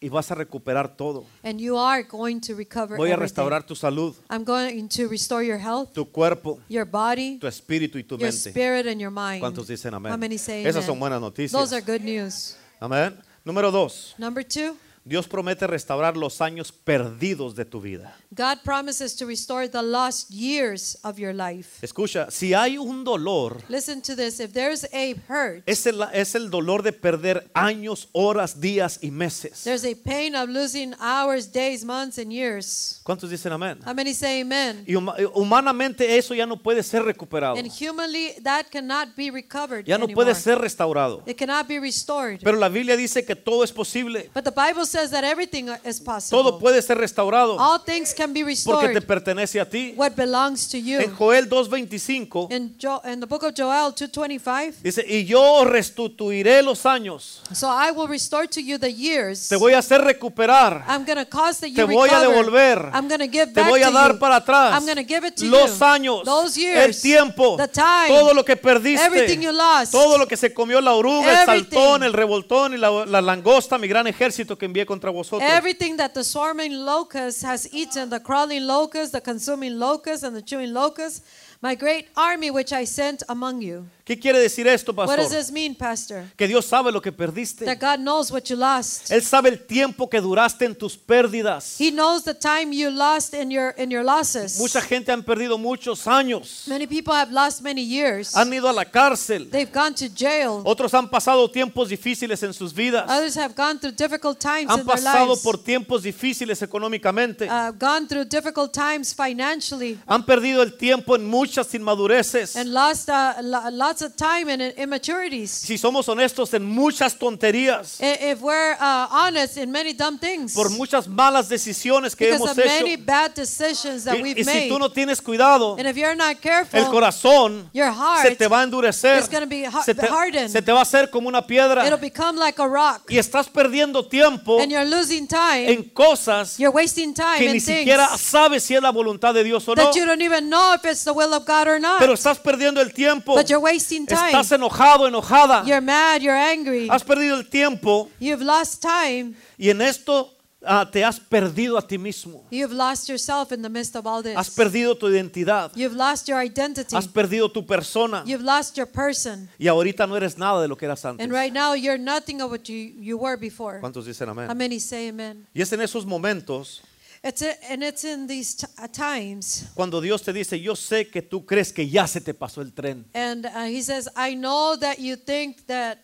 y vas a recuperar todo.
and you are going to recover
Voy a
everything.
restaurar tu salud,
I'm going to restore your health,
tu cuerpo,
your body,
tu espíritu y tu
your
mente.
spirit, and your mind.
¿Cuántos dicen amén?
How many say
Esas son
amen?
buenas noticias.
Those are good news.
Amén. Número dos,
Number two,
Dios promete restaurar los años perdidos de tu vida.
God promises to restore the lost years of your life.
Escucha, si hay un dolor,
Listen to this. If there's a hurt,
es el, es el dolor de perder años, horas, días y meses.
there's a pain of losing hours, days, months, and years.
¿Cuántos dicen amén?
How many say amen?
Y huma- eh, humanamente eso ya no puede ser recuperado.
And humanly, that cannot be recovered
Ya no
anymore.
puede ser restaurado.
It cannot be restored.
Pero la Biblia dice que todo es posible.
but the Bible says that everything is possible.
Todo puede ser restaurado
All things can be
porque
restored.
te pertenece a ti.
what belongs to you.
En Joel 2:25
in, jo- in the book of Joel 2:25,
dice, "Y yo os restituiré los años.
so I will restore to you the years.
Te voy a hacer recuperar.
I'm going to cause that you
Te voy a
recover.
devolver.
I'm going to give
Te
back
voy a
to
dar
you.
para atrás
I'm going to give it to
los
you.
años,
Those
el
years,
tiempo,
the time,
todo lo que perdiste,
everything you lost,
todo lo que se comió la oruga, el
everything.
saltón, el revoltón y la, la langosta, mi gran ejército que envié contra vosotros.
Everything that the swarming locust has eaten, the crawling locust, the consuming locust, and the chewing locust, my great army which I sent among you.
¿Qué quiere decir esto,
What does
pastor?
this mean, Pastor?
Que Dios sabe lo que perdiste.
That God knows what you lost.
Él sabe el tiempo que duraste en tus pérdidas.
He knows the time you lost in your in your losses.
Mucha gente han perdido muchos años.
Many people have lost many years.
Han ido a la cárcel.
They've gone to jail.
Otros han pasado tiempos difíciles en sus vidas.
Others have gone through difficult times
Han
in their
pasado
lives.
por tiempos difíciles económicamente.
Uh, gone through difficult times financially.
Han perdido el tiempo en muchas inmadureces.
and lost uh, lo- lots of time and immaturities.
Si somos honestos en muchas tonterías,
I- If we're uh, honest in many dumb things,
por muchas malas decisiones que
because
hemos
of many
hecho.
bad decisions that
Y,
we've
y si
made,
tú no tienes cuidado,
and if you're not
el
careful,
corazón
your
se
heart,
te va a endurecer.
is gonna be har-
Se te,
hardened.
se te va a hacer como una
it'll
piedra.
become like a rock,
Y estás perdiendo tiempo
and you're losing time.
en cosas
you're wasting time
que
in
ni
things
siquiera sabes si es la voluntad de Dios o no.
that you don't even know if it's the will of God or not.
Pero estás perdiendo el tiempo.
but you're wasting time.
Estás enojado, enojada.
You're mad, you're angry.
Has perdido el tiempo
You've lost time.
y en esto ah, te has perdido a ti mismo.
You've lost yourself in the midst of all
Has
this.
perdido tu identidad.
You've lost your identity.
Has perdido tu persona.
You've lost your person.
Y ahorita no eres nada de lo que eras antes.
And right now, you're nothing of what you, you were before.
¿Cuántos dicen
How
amén?
many say amen?
Y es en esos momentos
It's a, and it's in these t- uh, times.
cuando Dios te dice, yo sé que tú crees que ya se te pasó el tren.
And uh, he says, I know that you think that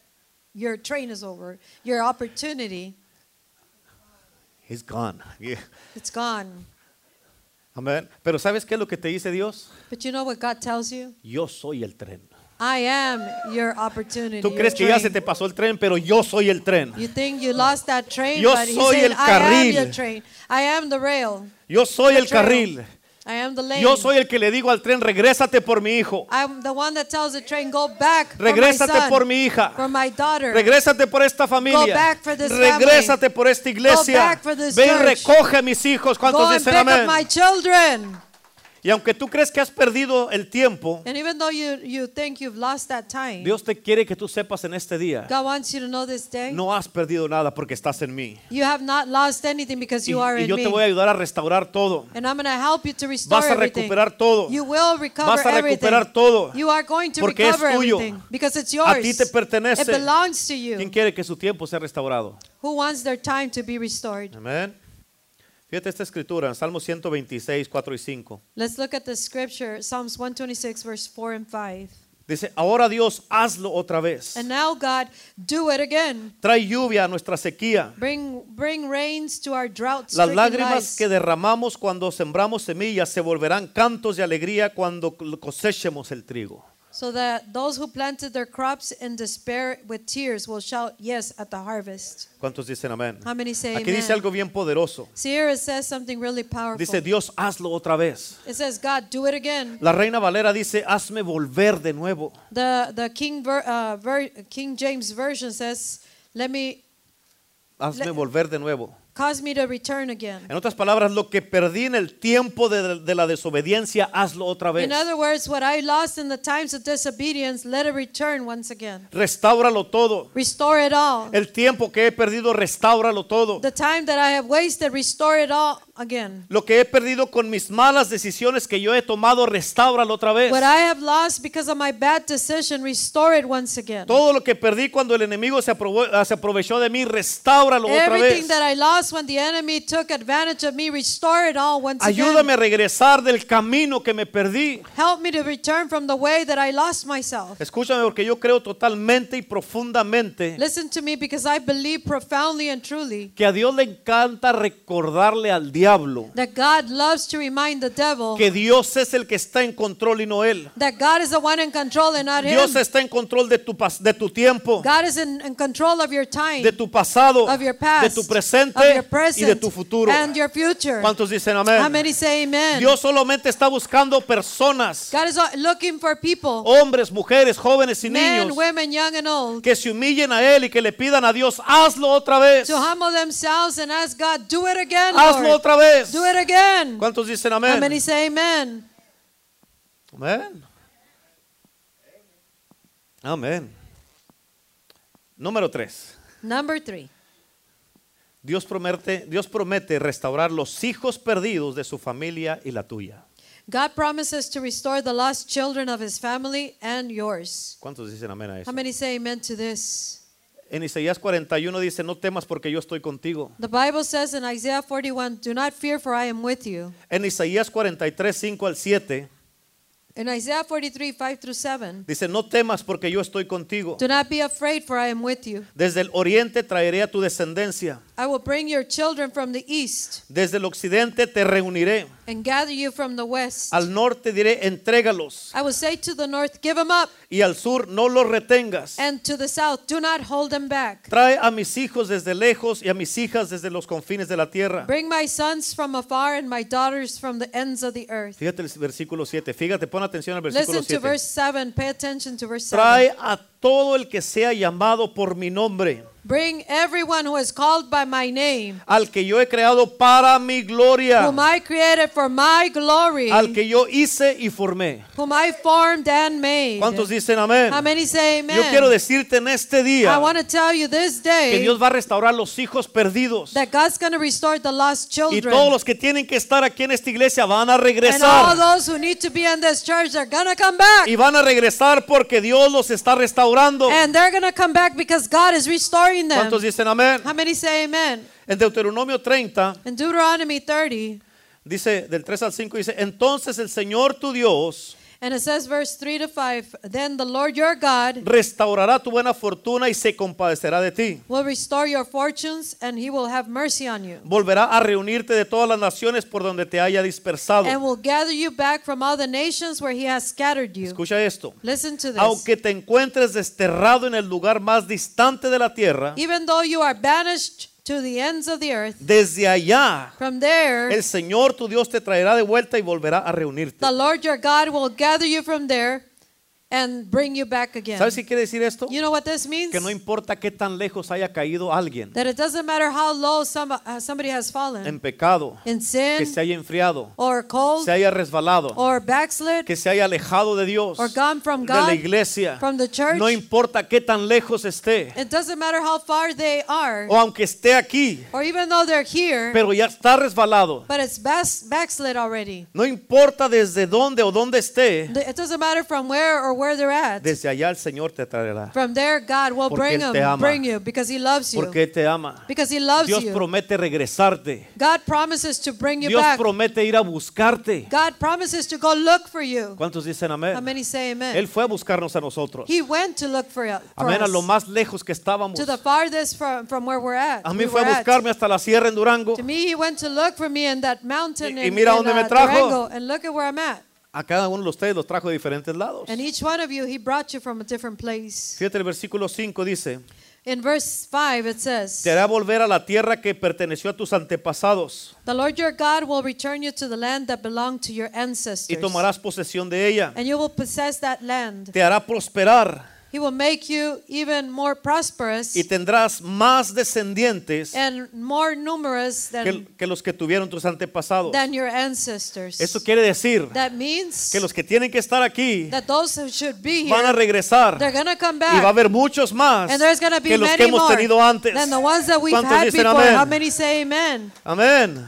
your train is over, your opportunity,
He's gone. Yeah.
it's gone.
Amén. Pero ¿sabes qué es lo que te dice Dios?
But you know what God tells you?
Yo soy el tren.
I am your opportunity.
Tú
your
crees que ya
train.
se te pasó el tren, pero yo soy el tren.
You think you lost that train,
Yo
but he
soy
said,
el
I
carril.
am the train. I am the rail.
Yo soy
the
el
trail.
carril.
I am the lane.
Yo soy el que le digo al tren, regrésate por mi hijo.
I'm the one that tells the train, go back for my
Regrésate
son,
por mi hija.
for my daughter.
Regrésate por esta familia.
back for this
Regrésate por esta
Go
iglesia.
back for this
Ve y
church.
recoge a mis hijos.
go
¿Cuántos
and
dicen
pick up my
amén?
children.
Y aunque tú crees que has perdido el tiempo,
And even though you, you think you've lost that time,
Dios te quiere que tú sepas en este día,
God wants you to know this day,
no has perdido nada porque estás en mí.
you have not lost anything because
Y,
you are
y
in
yo
me.
te voy a ayudar a restaurar todo.
and I'm going to help you to restore
Vas a
everything.
recuperar todo.
You will recover
Vas a
everything.
recuperar todo.
You are going to
Porque es
recover
tuyo.
everything because it's yours.
A ti te pertenece.
It belongs to you.
¿Quién quiere que su tiempo sea restaurado?
Who wants their time to be restored?
Amén. Fíjate esta escritura, en Salmo 126, 4 y 5.
Let's look at the scripture, Psalms 126, verse 4 and 5.
Dice, ahora Dios, hazlo otra vez.
And now, God, do it again.
Trae lluvia a nuestra sequía.
Bring, bring rains to our drought
Las
stricken
lágrimas
lives.
que derramamos cuando sembramos semillas se volverán cantos de alegría cuando cosechemos el trigo.
So that those who planted their crops in despair with tears will shout yes at the harvest.
¿Cuántos dicen amén?
How many say
Aquí dice
amen?
algo bien poderoso.
See here it says something really powerful.
Dice, Dios, hazlo otra vez.
it says, God, do it again.
La reina Valera dice, hazme volver de nuevo.
The, the King, ver, uh, ver, King James Version says, let me,
Hazme
Le-
volver de nuevo.
cause me to return again.
En otras palabras, lo que perdí en el tiempo de, de la desobediencia, hazlo otra vez.
In other words, what I lost in the times of disobedience, let it return once again.
Restáuralo todo.
Restore it all.
El tiempo que he perdido, restáuralo todo.
The time that I have wasted, restore it all again.
Lo que he perdido con mis malas decisiones que yo he tomado, restáuralo otra vez.
What I have lost because of my bad decision, restore it once again.
Todo lo que perdí cuando el enemigo se, aprobó- ah, se aprovechó de mí, restáuralo otra vez.
Everything that I lost when the enemy took advantage of me, restore it all once
Ayúdame a
again.
regresar del camino que me perdí.
Help me to return from the way that I lost myself.
Escúchame porque yo creo totalmente y profundamente
Listen to me because I believe profoundly and truly
que a Dios le encanta recordarle al diablo
that God loves to remind the devil
que Dios es el que está en control y no él.
that God is the one in control and not him.
Dios está en control de tu, pas- de tu tiempo,
God is in, in control of your time,
de tu pasado,
of your
de
past,
tu
of your
presente y
present,
de tu futuro.
and your future.
¿Cuántos dicen
How
amén?
many say amen?
Dios solamente está buscando personas,
God is uh, looking for people,
hombres, mujeres, jóvenes Oh, y
men,
niños,
women, young and old,
que se humillen a Él y que le pidan a Dios, hazlo otra vez,
to humble themselves and ask God, do it again,
hazlo
Lord.
otra vez.
Do it again.
¿Cuántos dicen
How many
amén?
say amen?
Amén. Amén. Número tres.
Number three.
Dios promete, Dios promete restaurar los hijos perdidos de su familia y la tuya.
God promises to restore the lost children of his family and yours.
¿Cuántos dicen amén a eso?
How many say amen to this?
En Isaías 41 dice, no temas porque yo estoy contigo.
The Bible says in Isaiah 41, Do not fear, for I am with you.
En Isaías 43, 5 al 7
In Isaiah 43, 5 through 7,
dice, no temas porque yo estoy contigo.
Do not be afraid, for I am with you.
Desde el oriente traeré a tu descendencia.
I will bring your children from the east,
Desde el occidente te reuniré.
and gather you from the west.
Al norte diré, entrégalos.
I will say to the north, Give them up,
Y al sur, no los retengas.
and to the south, Do not hold them back.
Trae a mis hijos desde lejos y a mis hijas desde los confines de la tierra.
Bring my sons from afar and my daughters from the ends of the earth.
Fíjate el versículo 7. Fíjate, pon atención al versículo
Listen
7.
to verse 7. Pay attention to verse 7.
Trae a todo el que sea llamado por mi nombre,
Bring everyone who is called by my name,
al que yo he creado para mi gloria,
whom I created for my glory,
al que yo hice y formé.
whom I formed and made.
¿Cuántos dicen amén?
How many say
Yo quiero
amen?
decirte en este
I
día
want to tell you this
que
day
Dios va a restaurar los hijos perdidos
that God's going to restore the lost
y todos
children.
los que tienen que estar aquí en esta iglesia van a
And all
regresar
those who need to be in this church are going to come back.
y van a regresar porque Dios los está restaurando.
And they're going to come back because God is restoring them.
¿Cuántos dicen amén?
How many say amen?
En Deuteronomio 30
In Deuteronomy 30,
dice del 3 al 5 dice, "Entonces el Señor tu Dios
and it says, verse 3 to 5 Then the Lord your God
restaurará tu buena fortuna y se compadecerá de ti.
will restore your fortunes, and he will have mercy on you,
Volverá a reunirte de todas las naciones por donde te haya
and
dispersado."
will gather you back from all the nations where he has scattered you.
Escucha esto.
Listen to this.
Aunque te encuentres desterrado en el lugar más distante de la tierra,
Even though you are banished to the ends of the earth,
desde allá
from there
el Señor tu Dios te traerá de vuelta y volverá a reunirte.
the Lord your God will gather you from there and bring you back again.
¿Sabes qué quiere decir esto?
You know what this means?
Que no importa qué tan lejos haya caído alguien
that it doesn't matter how low some, uh, somebody has fallen
en pecado,
in
que
sin
se haya enfriado,
or cold
se haya resbalado,
or backslid
que se haya alejado de Dios,
or gone from
de la
God,
iglesia,
from the church.
no importa qué tan lejos esté,
It doesn't matter how far they are
o aunque esté aquí,
or even though they're here,
Oh. pero ya está resbalado,
but it's bas- backslid already.
no importa desde dónde o dónde esté,
The- It doesn't matter from where or where they're at.
desde allá el Señor te traerá,
From there, God will
Porque
bring
Él te ama.
them, bring you because He loves you,
porque Él te ama.
because He loves
Dios
you.
promete regresarte.
God promises to bring you
Dios
back.
promete ir a buscarte.
God promises to go look for you.
¿Cuántos dicen
How
amén?
many say amen?
Él fue a buscarnos a nosotros.
He went to look for, for
Amén, a
us.
lo más lejos que estábamos.
to the farthest from, from where we're at.
A
we
mí fue
were
a
at.
buscarme hasta la sierra en Durango.
To me, he went to look for me in that mountain
Y- y
in,
mira
in,
dónde me
uh,
trajo.
Durango, and look at where I'm at.
A cada uno de ustedes los trajo de diferentes lados.
And each one of you, he brought you from a different place.
Fíjate, el versículo 5 dice,
In verse 5, it says,
te hará volver a la tierra que perteneció a tus antepasados
The Lord your God will return you to the land that belonged to your
y
ancestors,
tomarás posesión de ella.
and you will possess that land.
Te hará prosperar
He will make you even more prosperous
y tendrás más descendientes
and more numerous
que,
than,
que los que tuvieron tus antepasados.
than your ancestors.
Eso quiere decir
that means
que los que tienen que estar aquí
that those who should be
van a
here,
regresar
they're going to come
y
back.
va a haber muchos más
And there's going to be
que los que
many
hemos
more
tenido antes.
than the ones that we've
¿Cuántos
had
dicen
before.
amén?
How many say amen?
Amén.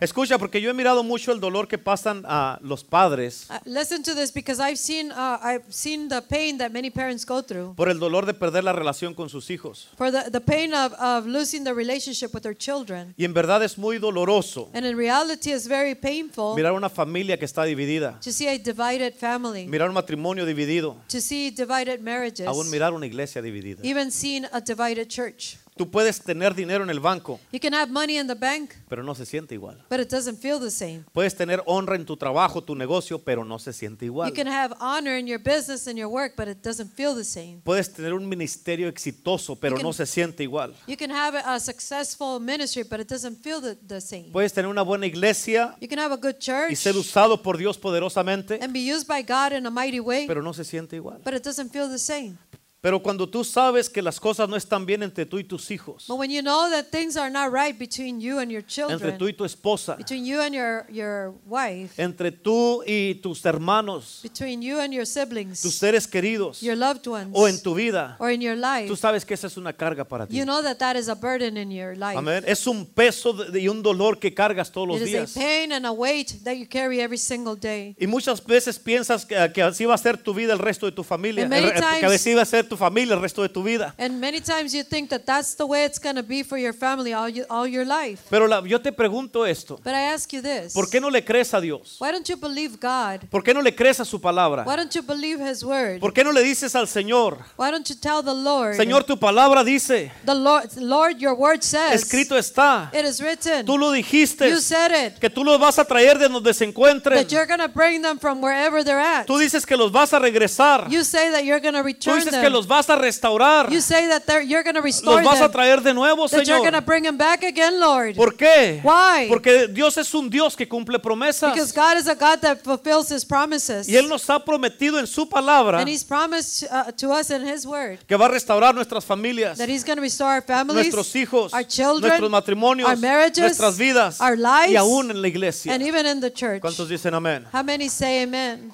Escucha, porque yo he mirado mucho el dolor que pasan a los padres
Uh, listen to this because I've seen uh, I've seen the pain that many parents go through
por el dolor de perder la relación con sus hijos.
for the, the pain of, of losing the relationship with their children.
Y en verdad es muy doloroso
And in reality, it's very painful
mirar una familia que está dividida,
to see a divided family,
mirar un matrimonio dividido,
to see divided marriages,
aún mirar una iglesia dividida.
even seeing a divided church.
Tú puedes tener dinero en el banco,
You can have money in the bank,
pero no se siente igual.
but it doesn't feel the same.
Puedes tener honra en tu trabajo, tu negocio, pero no se siente
You
igual.
can have honor in your business and your work, but it doesn't feel the same.
Puedes tener un ministerio exitoso, pero
can-
no se siente igual.
You can have a- a successful ministry, but it doesn't feel the, the same.
Puedes tener una buena iglesia
You can have a good
y
church
ser usado por Dios poderosamente,
and be used by God in a mighty way,
pero no se siente igual.
but it doesn't feel the same.
Pero cuando tú sabes que las cosas no están bien entre tú y tus hijos,
But when you know that things are not right between you and your
entre tú
children,
y tu esposa,
between you and your, your wife,
entre tú y tus hermanos,
between you and your
tus
siblings,
seres queridos
your loved ones,
o en tu vida,
or in your
tú
life,
sabes que esa es una carga para ti.
you know that that is a burden in your life.
Amén. Es un peso de- y un dolor que cargas todos los
It is
días.
a pain and a weight that you carry every single day.
Y muchas veces piensas que, que así va a ser tu vida el resto de tu familia,
And
el
many
re- que
times-
así va a ser tu familia el resto de tu vida.
And many times you think that that's the way it's going to be for your family all, you, all your life.
Pero la- yo te pregunto esto,
But I ask you this
¿por qué no le crees a Dios?
why don't you believe God?
¿Por qué no le crees a su palabra?
Why don't you believe His word?
¿Por qué no le dices al Señor,
Why don't you tell the Lord?
Señor, tu palabra dice,
the Lord, Lord, your word says,
escrito está,
it is written.
tú lo dijiste,
You said it.
que tú los vas a traer de donde se encuentren.
That you're going to bring them from wherever they're at.
Tú dices que los vas a regresar.
You say that you're going to
Tú
return
dices que
them.
los vas a restaurar.
You say that they're- you're going to restore
Los vas a
them.
traer de nuevo,
That you're going to
Señor.
bring them back again, Lord.
¿Por qué?
Why?
Porque Dios es un Dios que cumple
Because
promesas.
God is a God that fulfills His promises.
Y Él nos ha prometido en su palabra
And He's promised uh, to us in His Word
que va a restaurar nuestras familias,
that He's going to restore our families,
nuestros hijos,
our children,
nuestros matrimonios,
our marriages,
nuestras vidas
our lives,
y aún en la iglesia.
and even in the church.
¿Cuántos dicen amén?
How many say Amen?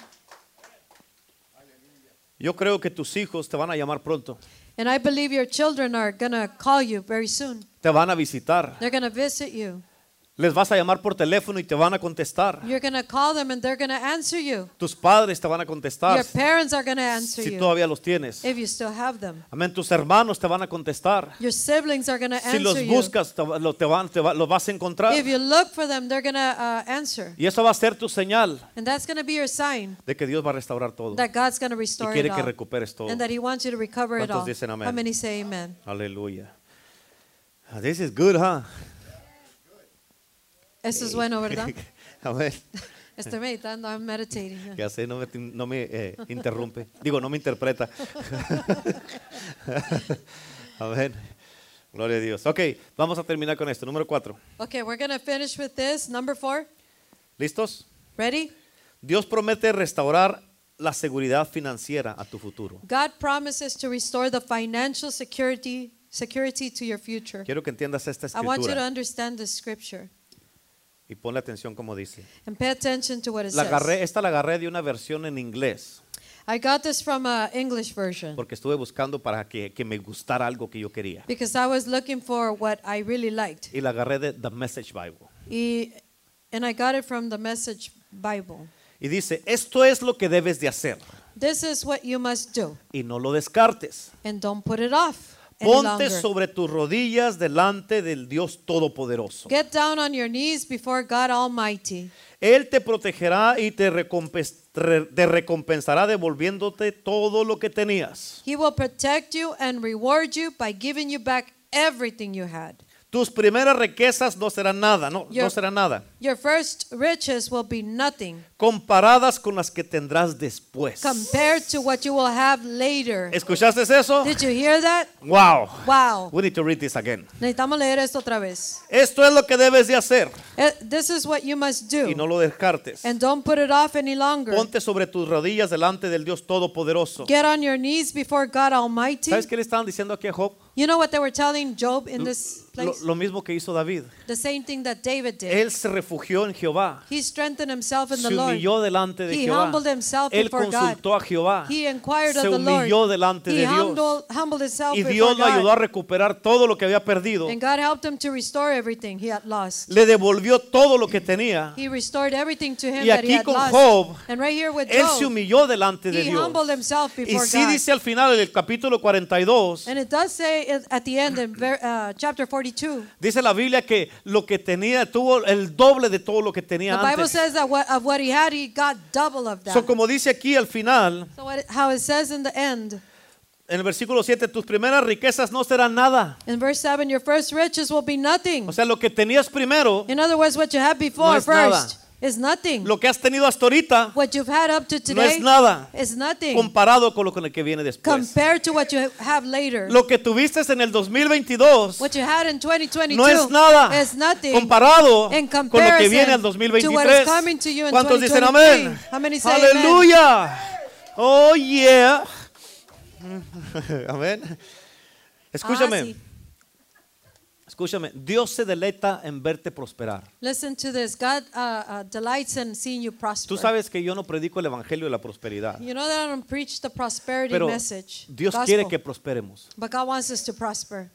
Yo creo que tus hijos te van a llamar pronto,
And I believe your children are going to call you very soon.
te van a visitar,
They're going to visit you.
les vas a llamar por teléfono y te van a contestar,
You're going to call them and they're going to answer you.
tus padres te van a contestar
Your parents are going to answer
si
you
todavía los tienes.
if you still have them.
Amén, tus hermanos te van a contestar.
Your siblings are going to
Si
answer
los
you.
buscas, te, va- lo- te van, te va- los vas a encontrar.
If you look for them, they're going to uh, answer.
Y eso va a ser tu señal
And that's going to be your sign
de que Dios va a restaurar todo.
that God's going to
Y
restore
quiere
it
que
all.
recuperes todo.
And that He wants you to recover it
¿Cuántos
all.
dicen amén?
How many say amen?
Aleluya. Ah, This is good, huh?
Esto es bueno, ¿verdad?
Amén.
Estoy meditando, I'm meditating.
Ya sé, no me, no me, eh, interrumpe. Digo, no me interpreta. Amén. Gloria a Dios. Ok, vamos a terminar con esto. Número cuatro.
Okay, we're going to finish with this. Number four.
¿Listos?
Ready?
Dios promete restaurar la seguridad financiera a tu futuro.
God promises to restore the financial security security to your future.
Quiero que entiendas esta
I want you to
escritura
understand the scripture
y ponle atención como dice.
and pay attention to what it
La agarré,
says.
esta la agarré de una versión en inglés
I got this from an English version
porque estuve buscando para que, que me gustara algo que yo quería.
because I was looking for what I really liked.
Y la agarré de The Message Bible.
E- And I got it from the Message Bible.
Y dice, esto es lo que debes de hacer
This is what you must do
y no lo descartes.
and don't put it off any
Ponte
longer.
sobre tus rodillas delante del Dios Todopoderoso.
Get down on your knees before God Almighty.
Él te protegerá y te, recompes- re- te recompensará devolviéndote todo lo que tenías.
He will protect you and reward you by giving you back everything you had.
Tus primeras riquezas no serán nada, no, no
Your-
serán nada,
Your first riches will be nothing
comparadas con las que tendrás después.
compared to what you will have later.
¿Escuchaste eso?
Did you hear that?
Wow.
Wow.
We need to read this again.
Necesitamos leer esto otra vez.
Esto es lo que debes de hacer
Eh, This is what you must do.
y no lo descartes.
And don't put it off any longer.
Ponte sobre tus rodillas delante del Dios Todopoderoso.
Get on your knees before God Almighty.
¿Sabes qué le estaban diciendo aquí a Job?
You know what they were telling Job in this
Lo,
place?
lo mismo que hizo David.
The same thing that David did.
Él se refugió en Jehová.
He strengthened himself in the
Se
Lord.
humilló delante de
He
Jehová.
humbled himself
Él
before God.
consultó a Jehová.
He inquired
Se
of the Lord.
humilló delante
he
de Dios.
humbled, humbled himself
Y
before
Dios lo
God.
ayudó a recuperar todo lo que había perdido.
And God helped him to restore everything he had lost.
Le devolvió todo lo que tenía.
He restored everything to him
Y
that he
aquí
had
con
lost.
Job,
and right here with
Él
Job,
se humilló delante de
he
Dios.
humbled himself
Y
before
sí
God.
dice al final del capítulo 42,
and it does say it- at the end in ver- uh, chapter 42,
dice la Biblia que lo que tenía tuvo el doble de todo lo que
the
tenía
Bible
antes.
says that what, of what he had, he got double of that.
So, como dice aquí al final,
so what, it- how it says in the end,
en el versículo 7, tus primeras riquezas no serán nada.
in verse 7, your first riches will be nothing.
O sea, lo que tenías primero,
In other words, what you had before
No es nada.
first is nothing.
lo que has tenido hasta ahorita,
what you've had up to
no es
today
nada
is nothing
comparado con lo con el que viene después.
compared to what you have later.
Lo que tuviste en el 2022
What you had in 2022
no es nada
is nothing.
comparado
in
con lo que
comparison
viene al
to what is
2023.
coming to you in
¿Cuántos dicen
2023?
amén?
How many say amen?
Aleluya. Oh yeah. amén. Escúchame.
Ah, sí.
Escúchame, Dios se deleita en verte prosperar.
Listen to this. God uh, uh, delights in seeing you prosper.
Tú sabes que yo no predico el evangelio de la prosperidad,
you know that I don't preach the prosperity
pero
message.
Dios
gospel,
quiere que prosperemos.
but God wants us to prosper.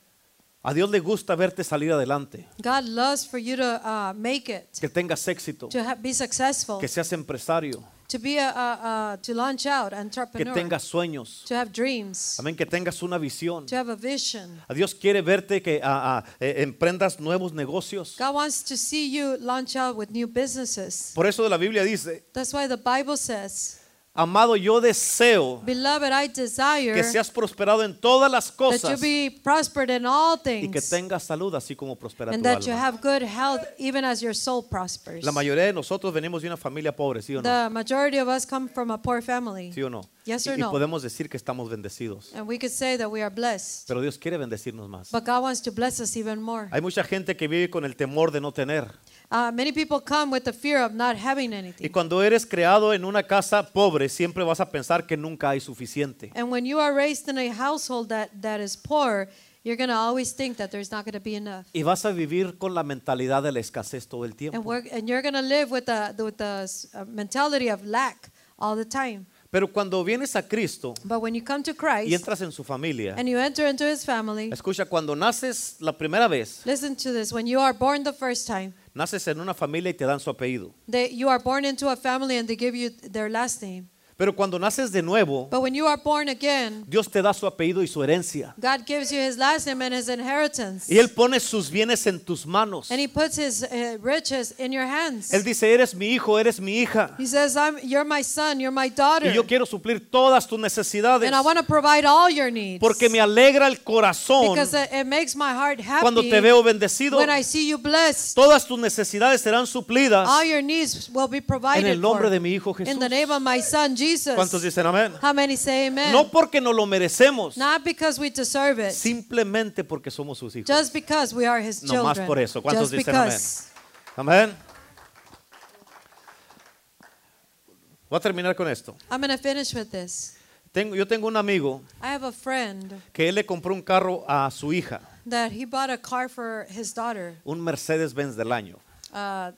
A Dios le gusta verte salir adelante,
God loves for you to uh, make it,
que tengas éxito,
to ha- be successful,
que seas empresario,
to be a, a, a to launch out,
que
entrepreneur,
tengas sueños,
to have dreams,
amén, que tengas una visión.
to have a vision.
A Dios quiere verte que ah, ah, eh, emprendas nuevos negocios.
God wants to see you launch out with new businesses.
Por eso la Biblia dice,
That's why the Bible says,
amado, yo deseo
"Beloved, I desire
que seas prosperado en todas las
that you
cosas
be prospered in all
y que
things,
tengas salud así como prospera
and
tu
that you
alma.
have good health, even as your soul prospers."
La mayoría de nosotros venimos de una familia pobre, ¿sí o no?
The majority of us come from a poor family,
¿Sí o no?
Yes or
Y- y
no?
podemos decir que estamos bendecidos,
and we could say that we are blessed.
pero Dios quiere bendecirnos más.
But God wants to bless us even more.
Hay mucha gente que vive con el temor de no tener.
Uh, many people come with the fear of not having
Y
anything.
cuando eres creado en una casa pobre, siempre vas a pensar que nunca hay suficiente.
And when you are raised in a household that, that is poor, you're going to always think that there's not going to be enough.
Y vas a vivir con la mentalidad de la escasez todo el
And,
tiempo.
we're, and you're going to live with the, with the uh, mentality of lack all the time.
Pero cuando vienes a Cristo
But when you come to
y
Christ
entras en su familia,
and you enter into his family,
escucha, cuando naces la primera vez,
listen to this. When you are born the first time,
naces en una familia y te dan su apellido.
they, you are born into a family and they give you their last name.
Pero cuando naces de nuevo,
But when you are born again,
Dios te da su apellido y su herencia.
God gives you his last name and his inheritance.
Y Él pone sus bienes en tus manos.
And he puts his uh, riches in your hands.
Él dice, eres mi hijo, eres mi hija.
He says, I'm, You're my son, you're my daughter.
Y yo quiero suplir todas tus necesidades.
And I want to provide all your needs.
Porque me alegra el corazón
because it, it makes my heart happy
cuando te veo bendecido.
when I see you blessed.
Todas tus necesidades serán suplidas
All your needs will be provided
en el nombre
for.
de mi hijo
in the
Jesús.
name of my son Jesus.
¿Cuántos dicen amén?
How many say amen?
No porque nos lo merecemos,
Not because we deserve it,
simplemente porque somos sus hijos.
just because we are his
Nomás
children.
por eso. ¿Cuántos
Just
dicen amén?
because.
Amén. Voy a terminar con esto.
I'm going to finish with this.
Tengo, yo tengo un amigo
I have a friend
que él le compró un carro a su hija,
that he bought a car for his daughter,
un Mercedes-Benz del año.
uh,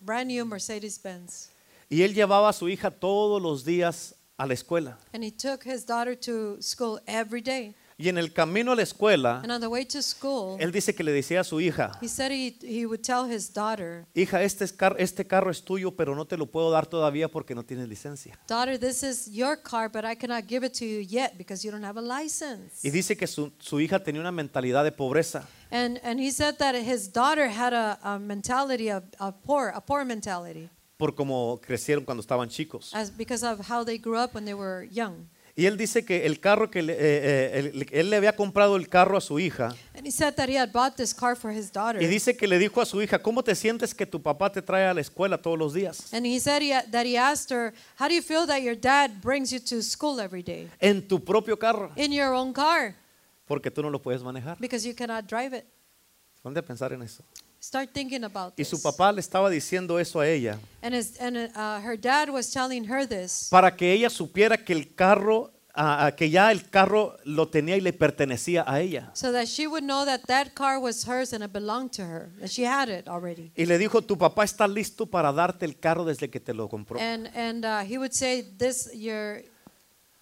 brand new Mercedes Benz.
Y él llevaba a su hija todos los días a la escuela.
And he took his daughter to school every day.
Y en el camino a la escuela,
And on the way to school,
él dice que le decía a su hija,
he said he, he would tell his daughter,
hija, este, es car- este carro es tuyo, pero no te lo puedo dar todavía porque no tienes licencia.
Daughter, this is your car, but I cannot give it to you yet because you don't have a license.
Y dice que su, su hija tenía una mentalidad de pobreza.
And, and he said that his daughter had a, a mentality of, of poor, a poor mentality,
por cómo crecieron cuando estaban chicos.
as because of how they grew up when they were young.
Y él dice que el carro que le- eh, eh, el- él le había comprado el carro a su hija
And he said that he had bought this car for his daughter.
y dice que le dijo a su hija, ¿cómo te sientes que tu papá te trae a la escuela todos los días?
And he said he, that he asked her, How do you feel that your dad brings you to school every day?
En tu propio carro,
In your own car,
porque tú no lo puedes manejar.
because you cannot drive it.
¿Dónde pensar en eso?
Start thinking about
Y
this.
su papá le estaba diciendo eso a ella
And, his, and uh, her dad was telling her this
para que ella supiera que el carro, ah, ah, que ya el carro lo tenía y le pertenecía a ella.
so that she would know that that car was hers and it belonged to her, that she had it already.
Y le dijo, tu papá está listo para darte el carro desde que te lo compró.
And, and uh, he would say, this, your,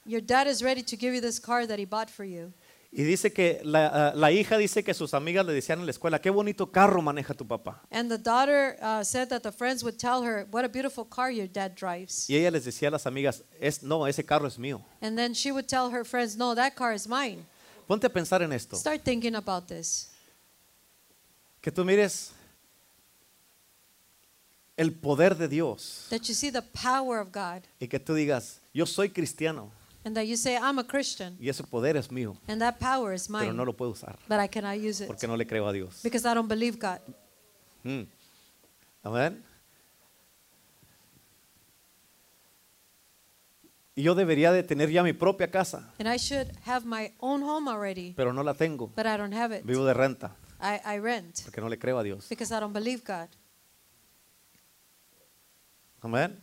your dad is ready to give you this car that he bought for you.
Y dice que la, ah, la hija dice que sus amigas le decían en la escuela, qué bonito carro maneja tu papá.
And the daughter uh, said that the friends would tell her, What a beautiful car your dad drives.
Y ella les decía a las amigas, es, no, ese carro es mío.
And then she would tell her friends, No, that car is mine.
Ponte a pensar en esto,
Start thinking about this.
que tú mires el poder de Dios
That you see the power of God
y que tú digas, yo soy cristiano
and that you say, I'm a Christian
y ese poder es mío,
and that power is
pero
mine,
no lo puedo usar
but I cannot use it
porque no le creo a Dios.
because I don't believe God.
Mm. Amén. Y yo debería de tener ya mi propia casa,
And I should have my own home already,
pero no la tengo.
but I don't have it.
Vivo de renta
I, I rent
porque no le creo a Dios.
because I don't believe God.
Amén.